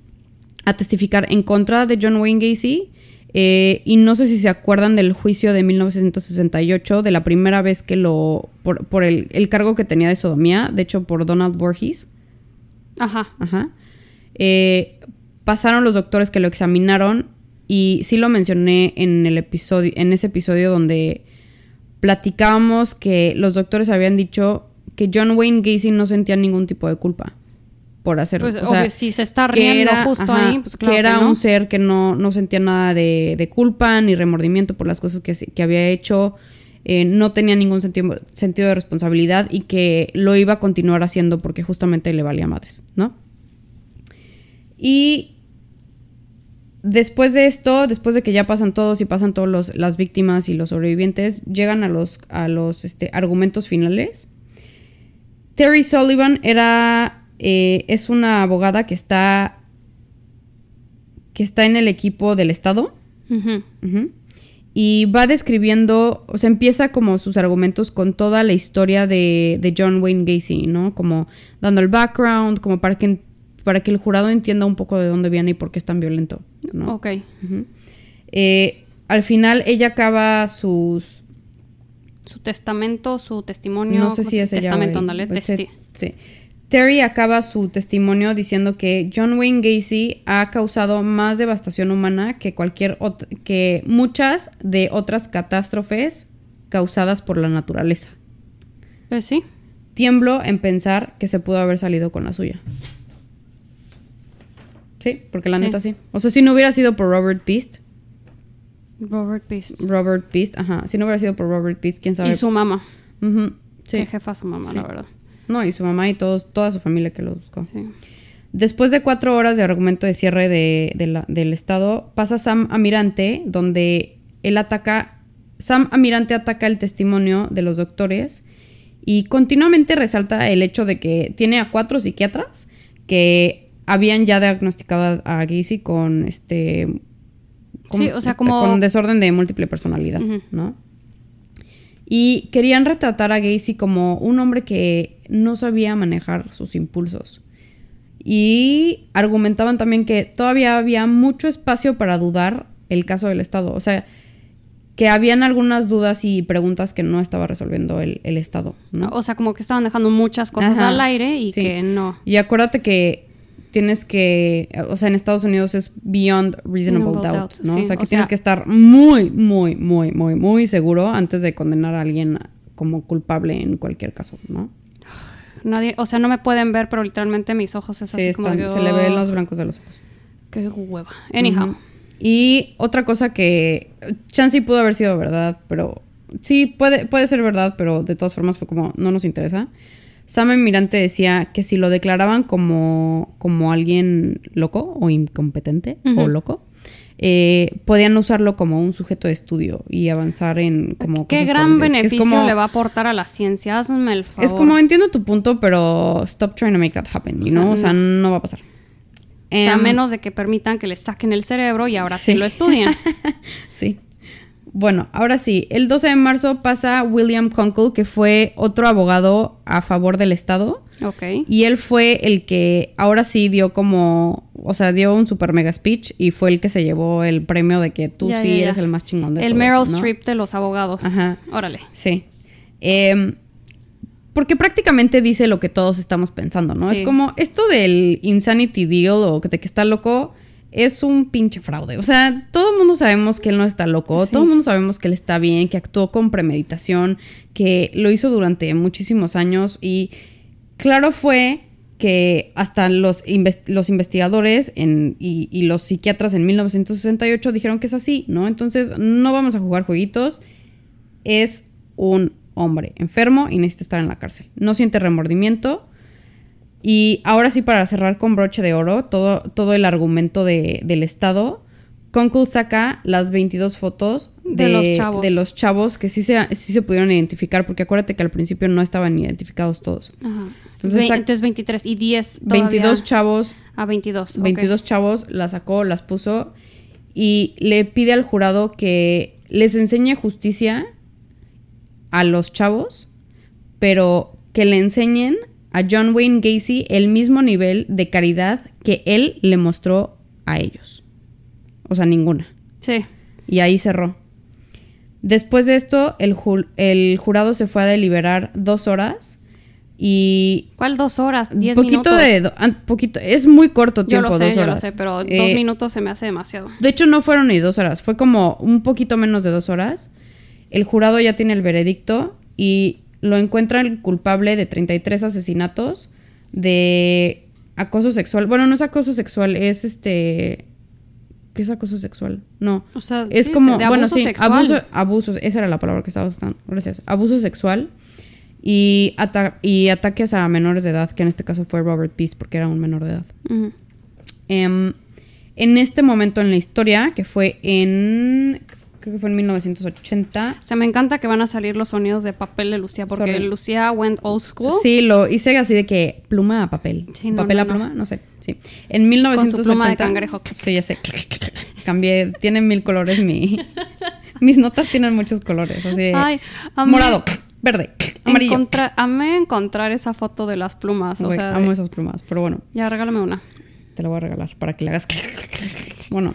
a testificar en contra de John Wayne Gacy. eh, y no sé si se acuerdan del juicio de 1968, de la primera vez que lo... por, por el, el cargo que tenía de sodomía, de hecho por Donald Voorhees.
Ajá.
Ajá. Eh, pasaron los doctores que lo examinaron y sí lo mencioné en el episodio, en ese episodio donde platicábamos que los doctores habían dicho que John Wayne Gacy no sentía ningún tipo de culpa por hacerlo.
Pues
O sea,
obvio, si se está
que
riendo justo
ajá,
ahí, pues claro
que
que,
era
no.
un ser que no, no sentía nada de, de culpa ni remordimiento por las cosas que, se- que había hecho, eh, no tenía ningún senti- sentido de responsabilidad y que lo iba a continuar haciendo porque justamente le valía madres, ¿no? Y después de esto, después de que ya pasan todos y pasan todos los, las víctimas y los sobrevivientes, llegan a los, a los este, argumentos finales. Terry Sullivan era. eh, es una abogada que está. que está en el equipo del Estado.
Ujú.
Ujú. Y va describiendo, o sea, empieza como sus argumentos con toda la historia de, de John Wayne Gacy, ¿no? Como dando el background, como para que, para que el jurado entienda un poco de dónde viene y por qué es tan violento, ¿no?
Ok.
Ujú. Eh, al final ella acaba sus,
Su testamento, su testimonio.
no sé
¿cómo
si
se-
es ella.
Testamento,
o el- pues,
ándale,
eh, o el
testi-
set- sí. Terry acaba su testimonio diciendo que John Wayne Gacy ha causado más devastación humana que cualquier ot- que muchas de otras catástrofes causadas por la naturaleza.
Pues sí.
Tiemblo en pensar que se pudo haber salido con la suya. Sí, porque la
Sí.
neta sí. O sea, si no hubiera sido por Robert Beast,
Robert Peace.
Robert Beast, ajá, si no hubiera sido por Robert Beast, quién sabe.
Y su mamá.
Ujú, sí.
Que jefa su mamá,
Sí. Oh.
la verdad.
No, y su mamá y todos, toda su familia que lo buscó.
Sí.
Después de cuatro horas de argumento de cierre de- de la- del Estado, pasa Sam Amirante, donde él ataca. Sam Amirante ataca el testimonio de los doctores y continuamente resalta el hecho de que tiene a cuatro psiquiatras que habían ya diagnosticado a, a Gacy con este. con-
Sí, o sea,
este,
como-
Con desorden de múltiple personalidad,
Ujú.
¿no? Y querían retratar a Gacy como un hombre que no sabía manejar sus impulsos. Y argumentaban también que todavía había mucho espacio para dudar el caso del Estado. O sea, que habían algunas dudas y preguntas que no estaba resolviendo el, el Estado, ¿no?
O sea, como que estaban dejando muchas cosas
Ajá.
al aire y
Sí.
que no.
Y acuérdate que tienes que, o sea, en Estados Unidos es beyond reasonable
Reasonable
doubt,
doubt,
¿no?
sí,
o sea, que
o
tienes
sea-
que estar muy, muy, muy, muy, muy seguro antes de condenar a alguien como culpable en cualquier caso, ¿no?
Nadie, o sea, no me pueden ver, pero literalmente mis ojos es
Sí,
así como
están-
que,
se le ven los
"Oh,
blancos de los ojos.
Qué hueva. Anyhow.
Ujú. Y otra cosa que Chansey pudo haber sido verdad, pero sí, puede, puede ser verdad, pero de todas formas fue como, no nos interesa. Sam Mirante decía que si lo declaraban como, como alguien loco o incompetente
Ujú.
o loco, eh, podían usarlo como un sujeto de estudio y avanzar en como
Qué
cosas
gran
forenses, que es
beneficio
como-
le va a aportar a la ciencia. Hazme el favor.
Es como entiendo tu punto, pero stop trying to make that happen, you
O sea,
know? O sea, no va a pasar.
O sea, a
Em,
menos de que permitan que les saquen el cerebro y ahora sí,
sí.
lo estudien.
Sí. Bueno, ahora sí, el 12 de marzo pasa William Conkle, que fue otro abogado a favor del Estado.
ok.
Y él fue el que ahora sí dio como, o sea, dio un super mega speech y fue el que se llevó el premio de que tú
Ya,
sí
ya, ya.
eres el más chingón de
El
todos,
Meryl
¿no?
Streep de los abogados.
Ajá.
Órale.
Sí. Em, porque prácticamente dice lo que todos estamos pensando, ¿no?
Sí.
Es como esto del insanity deal o que- de que está loco es un pinche fraude. O sea, todo el mundo sabemos que él no está loco,
Sí.
todo el mundo sabemos que él está bien, que actuó con premeditación, que lo hizo durante muchísimos años y claro fue que hasta los, inves- los investigadores en- y, y los psiquiatras en 1968 dijeron que es así, ¿no? Entonces no vamos a jugar jueguitos es un hombre enfermo y necesita estar en la cárcel. No siente remordimiento. Y ahora sí, para cerrar con broche de oro, todo, todo el argumento de- del Estado, Conkle saca las 22 fotos
De los chavos.
de los chavos que sí se, sí se pudieron identificar, porque acuérdate que al principio no estaban identificados todos.
Ajá.
Entonces,
Ve-
sac-
entonces 23 y 10 todavía.
22 chavos
Ah, 22. ok.
22 chavos, las sacó, las puso y le pide al jurado que les enseñe justicia a los chavos, pero que le enseñen a John Wayne Gacy el mismo nivel de caridad que él le mostró a ellos. O sea, ninguna.
Sí.
Y ahí cerró. Después de esto, el, ju- el jurado se fue a deliberar dos horas y
¿Cuál dos horas? 10
poquito
minutos.
de do- an- poquito es muy corto
yo
tiempo
lo sé,
dos
yo lo
horas.
sé, pero dos
Eh,
minutos se me hace demasiado.
de hecho no fueron ni dos horas fue como un poquito menos de dos horas el jurado ya tiene el veredicto y lo encuentra el culpable de 33 asesinatos de acoso sexual bueno no es acoso sexual es este ¿Qué es acoso sexual? No.
O sea,
es
sí,
como.
de
bueno,
abuso
sí,
sexual.
abuso. Abusos. Esa era la palabra que estaba buscando. Gracias. Abuso sexual y, ata- y ataques a menores de edad, que en este caso fue Robert Peace, porque era un menor de edad.
Ujú.
Em, en este momento en la historia, que fue en. Creo que fue en 1980.
O sea, me encanta que van a salir los sonidos de papel de Lucía, porque
Sorry.
Lucía went old school.
Sí, lo hice así de que pluma a papel.
Sí, no,
papel
no,
a
no.
pluma, no. sé. Sí. En 1980.
Con su pluma de cangrejo.
Sí, ya sé. Cambié. Tienen mil colores mi. Mis notas tienen muchos colores. Así de.
Ay, amé-
morado, verde, amarillo.
Encontra- amé encontrar esa foto de las plumas. O
Güey,
sea,
amo
de-
esas plumas, pero bueno,
ya regálame una.
te la voy a regalar para que le hagas. Bueno,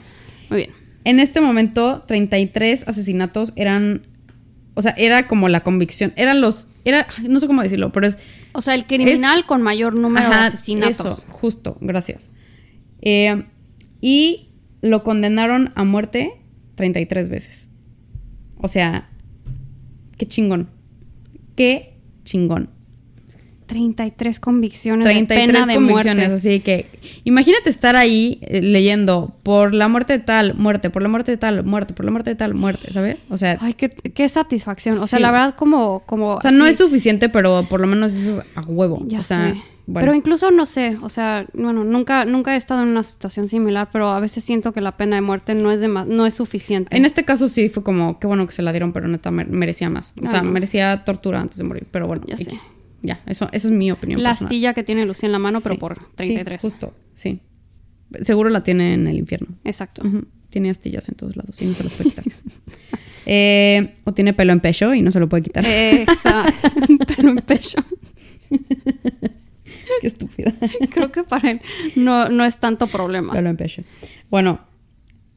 Muy bien.
En este momento, 33 asesinatos eran. O sea, era como la convicción. Eran los. Era, no sé cómo decirlo, pero es.
O sea, el criminal con mayor número de
Ajá,
asesinatos.
Eso, justo, gracias. Eh, y lo condenaron a muerte 33 veces. O sea, qué chingón. Qué chingón.
33 convicciones
33
de pena de
convicciones,
muerte.
así que imagínate estar ahí eh, leyendo por la muerte de tal, muerte, por la muerte de tal, muerte, por la muerte de tal, muerte, ¿sabes? O sea,
Ay, qué, qué satisfacción. O sea,
Sí.
la verdad, como. como
O sea, no
sí,
es suficiente, pero por lo menos eso es a huevo.
Ya
o sea,
sé.
bueno.
Pero incluso no sé, o sea, bueno, nunca, nunca he estado en una situación similar, pero a veces siento que la pena de muerte no es de no es suficiente.
en este caso sí fue como, qué bueno que se la dieron, pero neta mer- merecía más. O
Ah,
sea,
no.
merecía tortura antes de morir, pero bueno.
Ya sé.
X. Ya, eso, eso es mi opinión.
la
personal.
astilla que tiene Lucía en la mano, pero
Sí.
por
Sí,
33.
justo, sí. Seguro la tiene en el infierno.
Exacto.
Ujú. Tiene astillas en todos lados y no se las puede quitar. Eh, o tiene pelo en pecho y no se lo puede quitar.
Eh. Exacto. Pero en pecho.
Qué estúpida.
Creo que para él no, no es tanto problema.
Pelo en pecho. Bueno,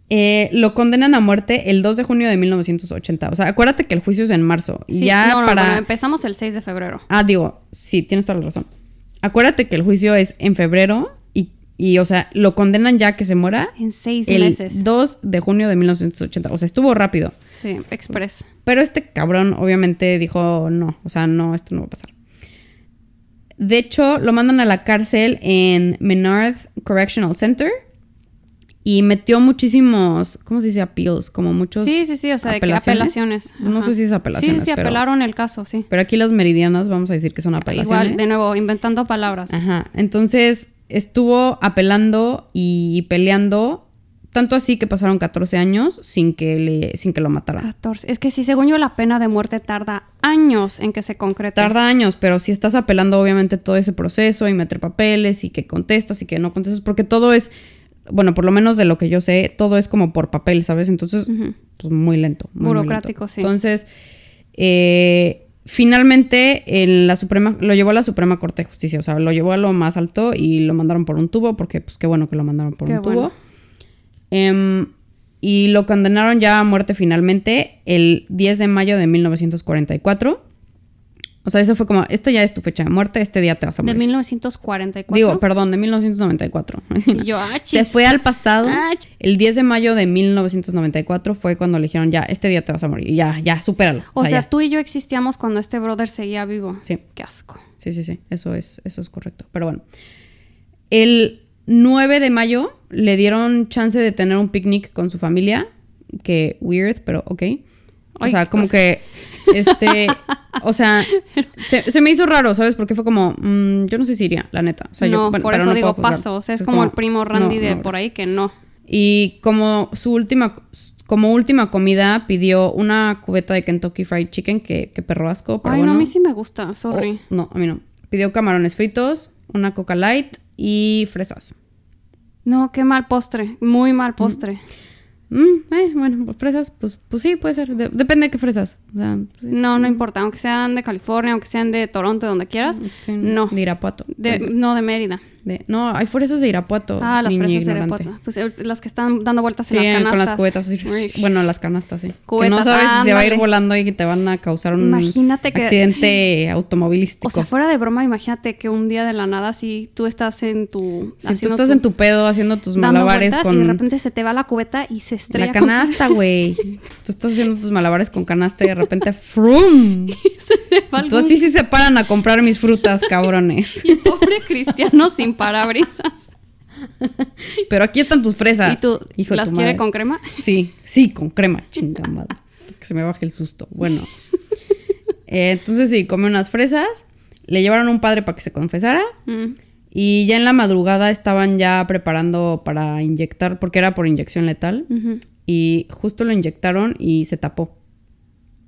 eh, lo condenan a muerte el 2 de junio de 1980. O sea, acuérdate que el juicio es en marzo.
Sí,
ya
no, no,
para.
bueno, empezamos el 6 de febrero.
Ah, digo, sí, tienes toda la razón. Acuérdate que el juicio es en febrero y, y, o sea, lo condenan ya que se muera
En seis
el
meses.
2 de junio de 1980. O sea, estuvo rápido.
Sí, express.
Pero este cabrón obviamente dijo, no, o sea, no, esto no va a pasar. De hecho, lo mandan a la cárcel en Menard Correctional Center y metió muchísimos, ¿cómo se dice? Appeals, como muchos.
Sí, sí, sí, o sea, de que apelaciones.
No
Ajá.
sé si es apelaciones.
Sí, sí, sí,
pero-
apelaron el caso, sí.
Pero aquí las meridianas vamos a decir que son apelaciones.
Igual, de nuevo, inventando palabras.
Ajá. Entonces estuvo apelando y peleando Tanto así que pasaron 14 años sin que, le, sin que lo mataran.
14. Es que sí, según yo, la pena de muerte tarda años en que se concrete.
Tarda años, pero si estás apelando obviamente todo ese proceso y meter papeles y que contestas y que no contestas, porque todo es, bueno, por lo menos de lo que yo sé, todo es como por papel, ¿sabes? Entonces,
Ujú.
pues muy lento. muy, muy lento.
Burocrático, sí.
Entonces, eh, finalmente en la Suprema, lo llevó a la Suprema Corte de Justicia, o sea, lo llevó a lo más alto y lo mandaron por un tubo, porque pues qué bueno que lo mandaron por
Qué
un tubo.
bueno.
Em, y lo condenaron ya a muerte finalmente el 10 de mayo de 1944. O sea, eso fue como, esta ya es tu fecha de muerte, este día te vas a
De
morir.
1944.
Digo, perdón, de 1994.
Y yo, ah,
Se
chis.
fue al pasado.
Ah, ch-
El 10 de mayo de 1994 fue cuando le dijeron, ya, este día te vas a morir. Y ya, ya, supéralo.
O sea,
ya.
tú y yo existíamos cuando este brother seguía vivo.
Sí.
Qué asco.
Sí, sí, sí. Eso es, eso es correcto. Pero bueno. El 9 de mayo le dieron chance de tener un picnic con su familia. Que weird, pero ok. O
Ay,
sea,
qué
como
cosa.
que. Este. o sea, se, se me hizo raro, ¿sabes? Porque fue como. mm, yo no sé si iría, la neta. O sea, yo,
no,
bueno,
por
pero
eso
no
digo
puedo juzgar.
paso. O sea, es,
Entonces,
como, el primo Randy
no,
de
no,
por
gracias.
ahí que no.
Y como su última, como última comida pidió una cubeta de Kentucky Fried Chicken, que, que perro asco, pero
Ay,
bueno. Oh.
no, a mí sí me gusta, sorry.
O- no, a mí no. Pidió camarones fritos, una coca light y fresas.
No, qué mal postre. Muy mal postre.
Mm, eh, bueno, pues fresas, pues, pues sí, puede ser. De- depende de qué fresas. O sea, pues sí. Mm.
No, no importa. Aunque sean de California, aunque sean de Toronto, donde quieras.
Sí,
No.
De Irapuato.
De-
puede ser.
no, de Mérida.
De- no, hay fresas de Irapuato.
Ah, las
niña
fresas de
ignorante.
Irapuato. Pues eh, las que están dando vueltas en
Sí,
las canastas.
con las cubetas. así.
Uy.
Bueno, las canastas, sí. que no
Cubetas,
sabes si se va a ir
ándale.
volando y que te van a causar un
Imagínate que-
accidente automovilístico.
O sea, fuera de broma, imagínate que un día de la nada, si tú estás en tu.
si tú
haciendo
estás en tu pedo haciendo tus
dando
malabares
vueltas
con
Y de repente se te va la cubeta y se estrella.
la
con-
canasta, güey. tú estás haciendo tus malabares con canasta y de repente ¡frum!
va algún-
Tú así sí se paran a comprar mis frutas, cabrones.
Y el pobre cristiano sin parabrisas.
Pero aquí están tus fresas.
Y tú
hijo de
las
tu
quiere
madre.
con crema.
Sí, sí, con crema, chingada. Que se me baje el susto. Bueno. Eh, entonces sí, comió unas fresas, le llevaron a un padre para que se confesara
Mm.
y ya en la madrugada estaban ya preparando para inyectar, porque era por inyección letal,
Ujú.
y justo lo inyectaron y se tapó,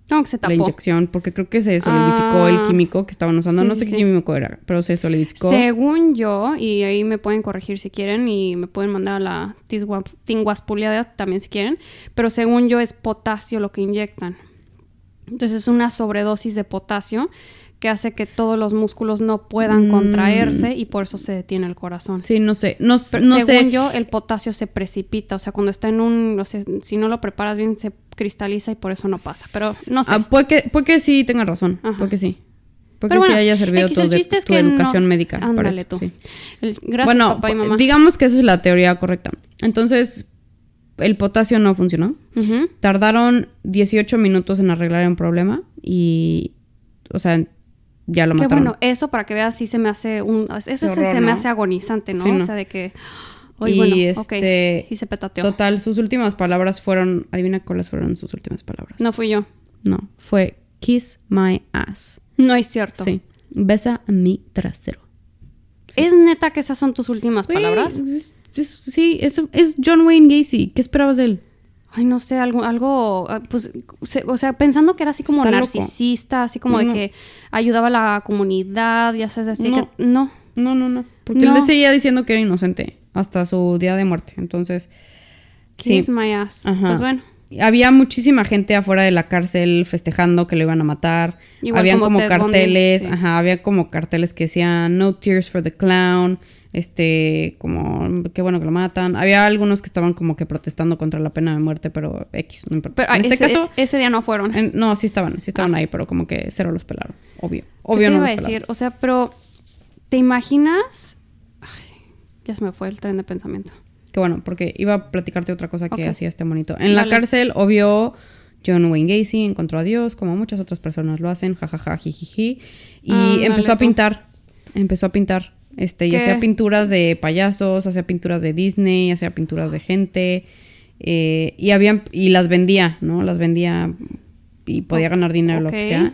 No, que se
la
tapó.
inyección, porque creo que se solidificó
Ah.
el químico que estaban usando,
Sí,
no sé
sí,
qué
sí.
químico era, pero se solidificó.
Según yo, y ahí me pueden corregir si quieren y me pueden mandar a la tisgua- tinguaspuleada también si quieren, pero según yo es potasio lo que inyectan. Entonces es una sobredosis de potasio que hace que todos los músculos no puedan
Mm.
contraerse y por eso se detiene el corazón.
Sí, no sé, no, s-
Pero
no
según
sé.
yo, el potasio se precipita, o sea, cuando está en un, o sea, si no lo preparas bien se cristaliza y por eso no pasa, pero no sé.
Ah, puede, que, puede que sí tengan razón,
Ajá.
puede que sí. Puede
Pero
que
bueno,
sí haya servido
X,
tu,
el
de-
chiste es
tu
que no-
educación médica. para
Ándale
esto,
tú.
sí.
El- gracias
bueno,
papá y
pu-
mamá.
digamos que esa es la teoría correcta. Entonces, el potasio no funcionó.
Ujú.
Tardaron 18 minutos en arreglar un problema y, o sea, ya lo
Qué
mataron.
bueno, eso para que veas sí se me hace un eso sí
horror,
se
¿no?
me hace agonizante, ¿no?
Sí,
O
no.
sea, de que Oye,
Y
bueno,
este-
ok, sí se petateó.
Total, sus últimas palabras fueron, adivina cuáles fueron sus últimas palabras.
No fui yo.
No, fue kiss my ass.
No es cierto.
Sí, besa mi trasero.
Es neta que esas son tus últimas
Güey,
palabras.
es- es- sí, es, es John Wayne Gacy. ¿Qué esperabas de él?
Ay, no sé, algo, algo, ah, pues, se- o sea, pensando que era así como
Está loco.
narcisista, así como de
No.
que ayudaba a la comunidad, ya sabes, así
No.
que no.
No, no, no. Porque él
No.
le seguía diciendo que era inocente hasta su día de muerte. Entonces, sí.
Kiss my ass.
Ajá.
Pues bueno.
Había muchísima gente afuera de la cárcel festejando que lo iban a matar.
Igual
Habían como,
como Ted Bundy,
carteles,
sí.
ajá, había como carteles que decían No Tears for the Clown, este, como qué bueno que lo matan. Había algunos que estaban como que protestando contra la pena de muerte, pero X, no importa.
Pero ah,
en este
ese, eh,
caso,
ese día no fueron.
en- no, sí estaban, sí estaban ahí, pero como que cero los pelaron, obvio.
¿Qué
Obvio
te
no
iba a
los pelaron.
decir? O sea, pero ¿te imaginas? Ay, ya se me fue el tren de pensamiento.
Que bueno, porque iba a platicarte otra cosa que
Ok.
hacía este monito. En la
Dale.
cárcel, obvio, John Wayne Gacy encontró a Dios, como muchas otras personas lo hacen, jajaja, jijiji. Y
Ándale
empezó a
Ah, tú.
pintar. Empezó a pintar. Este, y
¿Qué?
hacía pinturas de payasos, hacía pinturas de Disney, hacía pinturas de gente. eh, y habían, y las vendía, ¿no? Las vendía y podía ganar dinero, lo que
Ok.
sea.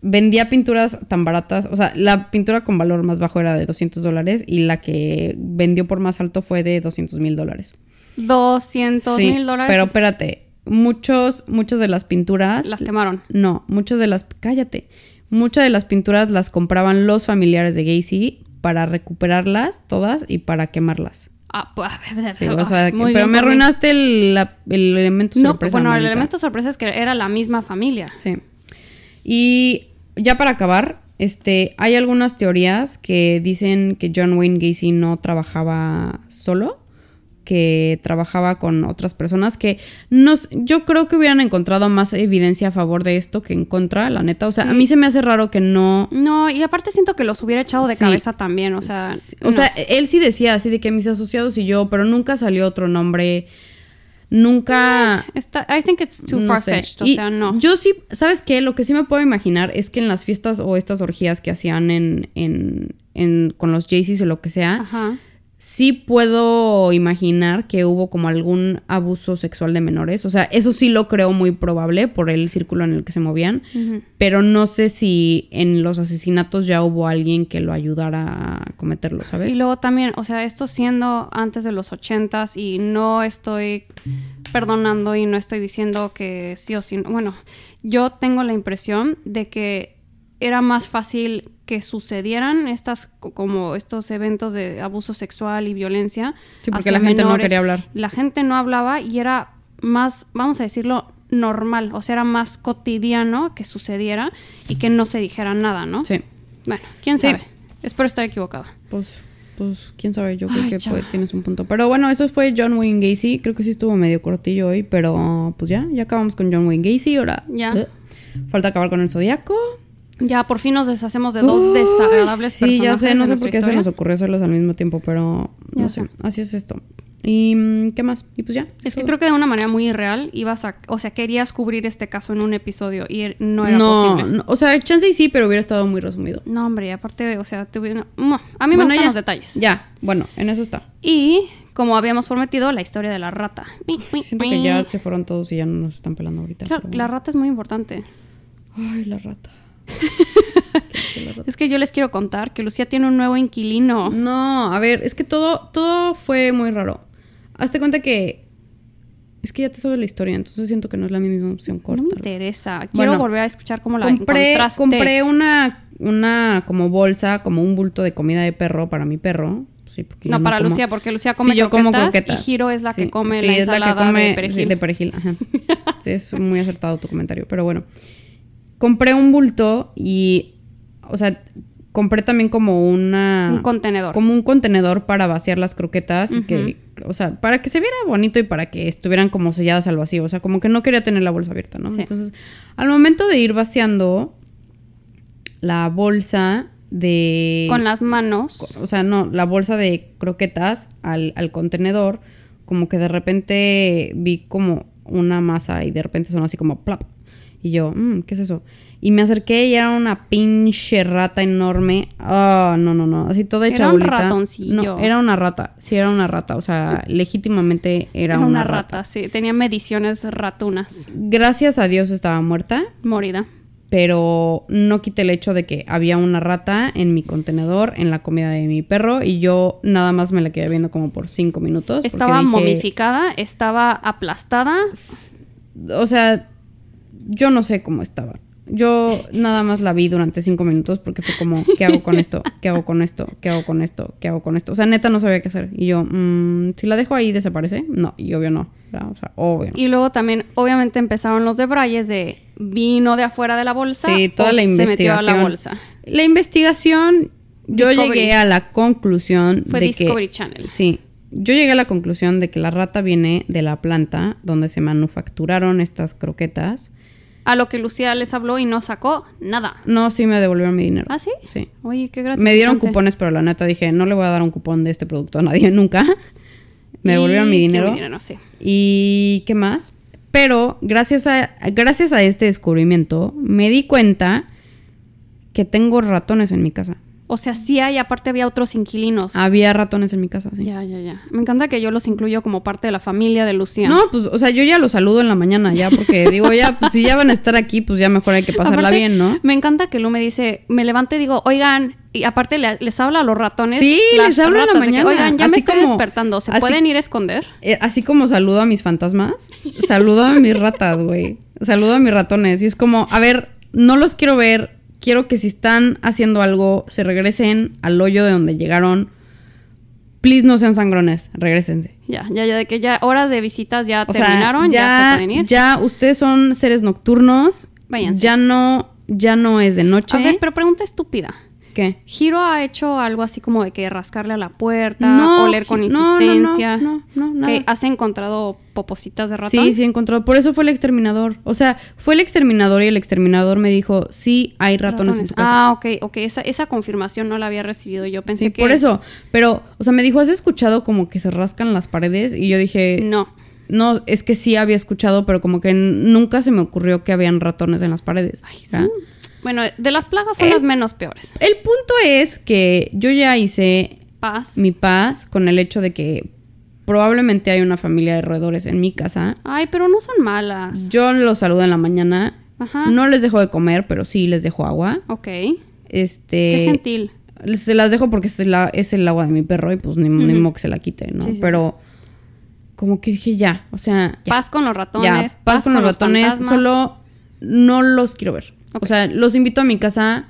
Vendía pinturas tan baratas, o sea, la pintura con valor más bajo era de 200 dólares y la que vendió por más alto fue de 200 mil dólares.
200
Sí,
mil dólares.
Pero espérate, muchos, muchas de las pinturas.
las quemaron.
No, muchas de las. Cállate. Muchas de las pinturas las compraban los familiares de Gacy para recuperarlas todas y para quemarlas.
Ah, pues,
Sí, o sea, que-
muy
pero
bien
me
por mí.
arruinaste el, la- el elemento
No,
sorpresa.
bueno, el
manita.
elemento sorpresa es que era la misma familia.
Sí. Y ya para acabar, este, hay algunas teorías que dicen que John Wayne Gacy no trabajaba solo, que trabajaba con otras personas que nos, yo creo que hubieran encontrado más evidencia a favor de esto que en contra, la neta. O sea, a mí se me hace raro que no.
No, y aparte siento que los hubiera echado de
Sí.
cabeza también, o sea,
Sí,
no.
o sea, él sí decía así de que mis asociados y yo, pero nunca salió otro nombre. Nunca.
Está, I think it's too
No sé.
far-fetched, o
Y
sea, no.
Yo sí, ¿sabes qué? Lo que sí me puedo imaginar es que en las fiestas o estas orgías que hacían en, en, en- con los Jaycees o lo que sea,
Ajá.
sí puedo imaginar que hubo como algún abuso sexual de menores. O sea, eso sí lo creo muy probable por el círculo en el que se movían,
Ujú.
pero no sé si en los asesinatos ya hubo alguien que lo ayudara a cometerlo, ¿sabes?
Y luego también, o sea, esto siendo antes de los ochentas y no estoy perdonando y no estoy diciendo que sí o sí. no. Bueno, yo tengo la impresión de que era más fácil que sucedieran estas co- como estos eventos de abuso sexual y violencia.
Sí, porque
hacia
la gente no
menores.
quería hablar.
La gente no hablaba y era más, vamos a decirlo, normal, o sea, era más cotidiano que sucediera y que no se dijera nada, ¿no?
Sí.
Bueno, quién
Sí.
sabe. Espero estar equivocada.
Pues, pues, quién sabe, yo creo
Ay,
que
chava.
puede- tienes un punto. Pero bueno, eso fue John Wayne Gacy. Creo que sí estuvo medio cortillo hoy, pero pues ya, ya acabamos con John Wayne Gacy. Ahora
Ya.
eh, falta acabar con el zodiaco.
Ya, por fin nos deshacemos de dos
Uy,
desagradables
Sí, ya
personajes
sé, no
de
sé
nuestra
por qué se
historia.
nos ocurrió hacerlos al mismo tiempo, pero
Ya
no sé.
sé.
Así es esto. ¿Y mm, qué más? Y pues ya.
Es que
todo.
creo que de una manera muy irreal ibas a... O sea, querías cubrir este caso en un episodio y er- no era posible.
no, o sea, chance y sí, pero hubiera estado muy resumido.
No, hombre, aparte, o sea, te hubiera- Mua. a mí me
Bueno,
gustan
ya,
los detalles.
Ya, bueno, en eso está.
Y, como habíamos prometido, la historia de la rata. Mi, mi,
Siento que
mi.
ya se fueron todos y ya no nos están pelando ahorita.
Claro,
pero
la
bueno.
rata es muy importante.
Ay, la rata. ¿Qué hace la rata?
Es que yo les quiero contar que Lucía tiene un nuevo inquilino.
No, a ver, es que todo, todo fue muy raro. Hazte cuenta que. Es que ya te sabes la historia, entonces siento que no es la misma opción corta.
No me interesa. Quiero
Bueno,
volver a escuchar cómo la
compré,
encontraste.
compré una, una como bolsa, como un bulto de comida de perro para mi perro. Sí, porque yo
No, para
como-
Lucía, porque Lucía come
Sí, yo como
croquetas
croquetas.
y Giro es la
Sí,
que come
sí,
la
es
ensalada
come-
de
sí,
perejil.
de perejil, ajá. Sí, es muy acertado tu comentario, pero bueno. Compré un bulto y, o sea, compré también como una...
Un contenedor.
Como un contenedor para vaciar las croquetas y que, o sea, para que se viera bonito y para que estuvieran como selladas al vacío. O sea, como que no quería tener la bolsa abierta, ¿no?
Sí.
Entonces, al momento de ir vaciando la bolsa de...
Con las manos.
O sea, no, la bolsa de croquetas al, al contenedor, como que de repente vi como una masa y de repente sonó así como plap. Y yo, "Mm, ¿qué es eso? Y me acerqué y era una pinche rata enorme. Ah, no, no, no. Así toda hecha
Era un
bolita.
ratoncillo.
No, era una rata. Sí, era una rata. O sea, legítimamente era, una, rata.
sí. Tenía mediciones ratunas.
Gracias a Dios estaba muerta
Morida.
Pues pero no quité el hecho de que había una rata en mi contenedor, en la comida de mi perro, y yo nada más me la quedé viendo como por cinco minutos. porque
Estaba
dije,
momificada, estaba aplastada.
O sea, yo no sé cómo estaba. Yo nada más la vi durante cinco minutos porque fue como, ¿qué hago con esto? ¿Qué hago con esto? ¿Qué hago con esto? ¿Qué hago con esto? O sea, neta no sabía qué hacer. Y yo, mm, si la dejo ahí, ¿desaparece? No, y obvio no. ¿verdad? O sea, obvio. no.
Y luego también, obviamente, empezaron los debrayes de vino de afuera de la bolsa.
Sí, toda
o
la investigación.
Se metió a la bolsa.
La investigación, yo
Discovery.
llegué a la conclusión
Fue
de
Discovery
que,
Channel.
Sí, yo llegué a la conclusión de que la rata viene de la planta donde se manufacturaron estas croquetas.
A lo que Lucía les habló y no sacó nada.
No, sí me devolvieron mi dinero.
¿Ah, sí?
Sí.
Oye, qué gratificante.
Me dieron cupones, pero la neta dije, no le voy a dar un cupón de este producto a nadie nunca. Me devolvieron mi
Y
dinero.
quiero mi dinero, sí.
¿Y qué más? Pero gracias a, gracias a este descubrimiento me di cuenta que tengo ratones en mi casa.
O sea, sí hay, aparte había otros inquilinos.
Había ratones en mi casa, Ah, sí.
Ya, ya, ya. Me encanta que yo los incluyo como parte de la familia de Lucía.
No, pues, o sea, yo ya los saludo en la mañana ya, porque digo, ya, pues si ya van a estar aquí, pues ya mejor hay que pasarla
Aparte,
bien, ¿no?
Me encanta que Lu me dice, me levanto y digo, oigan, y aparte le- les habla a los ratones.
Sí,
slash
les habla en la
ratas de que,
mañana.
Oigan, ya me
Así
estoy
como-
despertando. ¿Se
así-
pueden ir a esconder?
Eh, Así como saludo a mis fantasmas, saludo a mis ratas, güey. Saludo a mis ratones. Y es como, a ver, no los quiero ver. Quiero que si están haciendo algo, se regresen al hoyo de donde llegaron. Please no sean sangrones, regresense.
Ya, ya, ya, de que ya horas de visitas ya
O sea,
terminaron, ya, se pueden ir.
ya ustedes son seres nocturnos.
Váyanse.
Ya no, ya no es de noche.
A ver, pero pregunta estúpida.
¿Qué?
Hiro ha hecho algo así como de que rascarle a la puerta,
No,
oler con
Ji- no, no, no,
insistencia.
no, no, nada.
Que has encontrado popositas de ratón.
Sí, sí encontró. Por eso fue el exterminador. O sea, fue el exterminador y el exterminador me dijo, sí, hay ratones, en tu casa.
Ah, ok, ok. Esa, esa confirmación no la había recibido. Yo pensé
sí,
que.
por eso. Pero, o sea, me dijo, ¿has escuchado como que se rascan las paredes? Y yo dije, no,
No.
es que sí había escuchado, pero como que n- nunca se me ocurrió que habían ratones en las paredes.
Ay,
O
sí.
sea,
Bueno, de las plagas son
Eh.
las menos peores.
El punto es que yo ya hice
Paz.
mi paz con el hecho de que probablemente hay una familia de roedores en mi casa.
Ay, pero no son malas.
Yo los saludo en la mañana.
Ajá.
Mm. No les dejo de comer, pero sí les dejo agua.
Ok.
Este.
Qué gentil.
Se las dejo porque es, la- es el agua de mi perro y pues ni, ni modo que se la quite, ¿no?
Sí, sí,
Pero como que dije ya, o sea, ya,
Paz con los ratones.
ya, paz, con, los ratones,
fantasmas.
solo no los quiero ver.
Ok.
O sea, los invito a mi casa,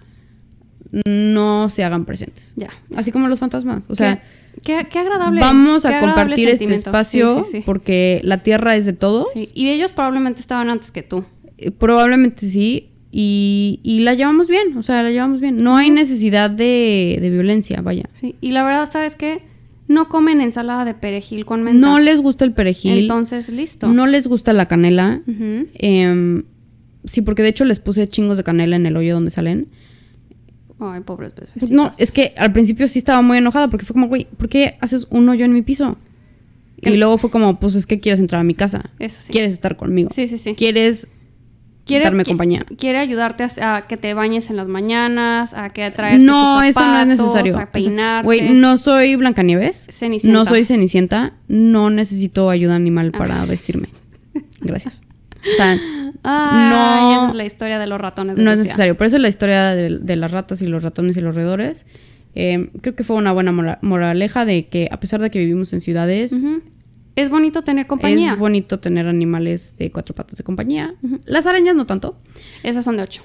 no se hagan presentes.
Ya.
Así como los fantasmas, o sea,
qué, qué- qué agradable.
vamos
qué
a
agradable
compartir este
sentimiento. Sí,
espacio
sí, sí.
porque la tierra es de todos,
Sí, Y ellos probablemente estaban antes que tú.
eh, probablemente sí, y, y la llevamos bien, o sea, la llevamos bien. No hay necesidad de, de violencia, vaya.
Sí. Y la verdad, ¿sabes qué? No comen ensalada de perejil con menta.
No les gusta el perejil.
Entonces, listo.
No les gusta la canela.
Ujú.
Em, sí, porque de hecho les puse chingos de canela en el hoyo donde salen.
Ay, pobres bebés.
No, es que al principio sí estaba muy enojada porque fue como, güey, ¿por qué haces un hoyo en mi piso? Y
El-
luego fue como, pues es que quieres entrar a mi casa.
Em. Eso sí.
Quieres estar conmigo.
Sí, sí, sí.
Quieres darme
qui-
compañía.
Quiere ayudarte a, a que te bañes en las mañanas, a que traer
no, eso no es necesario.
a peinarte.
Güey, no soy Blancanieves.
Cenicienta.
No soy Cenicienta. No necesito ayuda animal
Ah.
para vestirme. Gracias. O sea,
Ay,
no-
esa es la historia de los ratones. de
No es
Lucía.
necesario. Pero esa es la historia de, de las ratas y los ratones y los roedores. Eh, creo que fue una buena mora- moraleja de que a pesar de que vivimos en ciudades,
Ujú. Es bonito tener compañía.
es bonito tener animales de cuatro patas de compañía. Las arañas no tanto.
Esas son de ocho.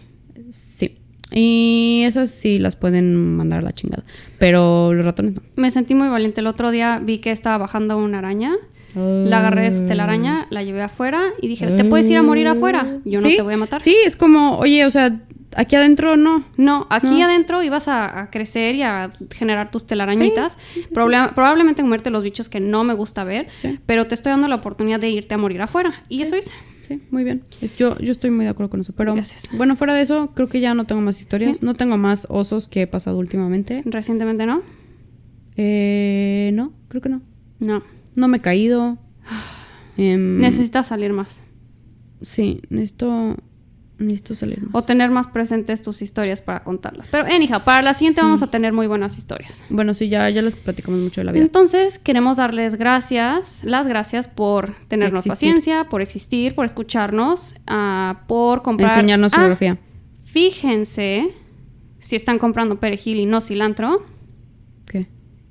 Sí. Y esas sí las pueden mandar a la chingada. Pero los ratones no.
Me sentí muy valiente. El otro día vi que estaba bajando una araña. La agarré de su telaraña, la llevé afuera y dije, ¿te puedes ir a morir afuera? Yo no
Ah, Sí,
te voy a matar.
Sí, es como, oye, o sea, aquí adentro no.
No, aquí
No.
adentro ibas a, a crecer y a generar tus telarañitas. Proble- Probablemente comerte los bichos que no me gusta ver,
Sí.
pero te estoy dando la oportunidad de irte a morir afuera. Y eso hice.
Sí, muy bien. Es- Yo, yo estoy muy de acuerdo con eso. Pero
Gracias.
bueno, fuera de eso, creo que ya no tengo más historias.
Sí.
No tengo más osos que he pasado últimamente.
Recientemente no.
Eh, no, creo que no.
No.
No me he caído.
Ah.
Em,
Necesitas salir más
sí, necesito, necesito salir más.
o tener más presentes tus historias para contarlas. Pero, anyhow, para la siguiente
Sí.
vamos a tener muy buenas historias.
Bueno, sí, ya, ya les platicamos mucho de la vida.
Entonces, queremos darles gracias, las gracias por tenernos
existir.
paciencia, por existir, por escucharnos, ah, por comprar.
Enseñarnos
Ah,
geografía.
Fíjense si están comprando perejil y no cilantro,
¿Qué?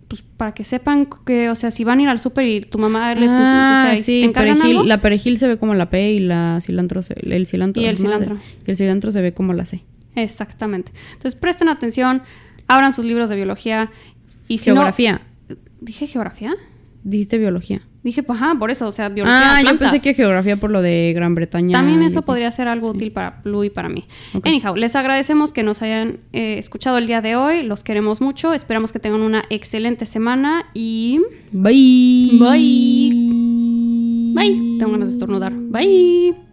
pues para que sepan que, o sea, si van a ir al súper y tu mamá les
Ah,
o sea, y si
sí,
te encargan
perejil.
algo,
La perejil se ve como la P y la cilantro se- el cilantro.
Y el
madres.
cilantro.
Y el cilantro se ve como la C.
exactamente. Entonces, presten atención, abran sus libros de biología y si no-
geografía.
¿Dije geografía?
Dijiste biología.
Dije, pues, ajá, por eso, o sea, biología.
ah,
de
yo pensé
plantas.
que geografía por lo de Gran Bretaña.
También eso
y-
podría ser algo útil para Blue y para mí.
Ok.
Anyhow, les agradecemos que nos hayan eh, escuchado el día de hoy. Los queremos mucho. Esperamos que tengan una excelente semana y.
Bye.
Bye. Bye. Tengo ganas de estornudar. Bye.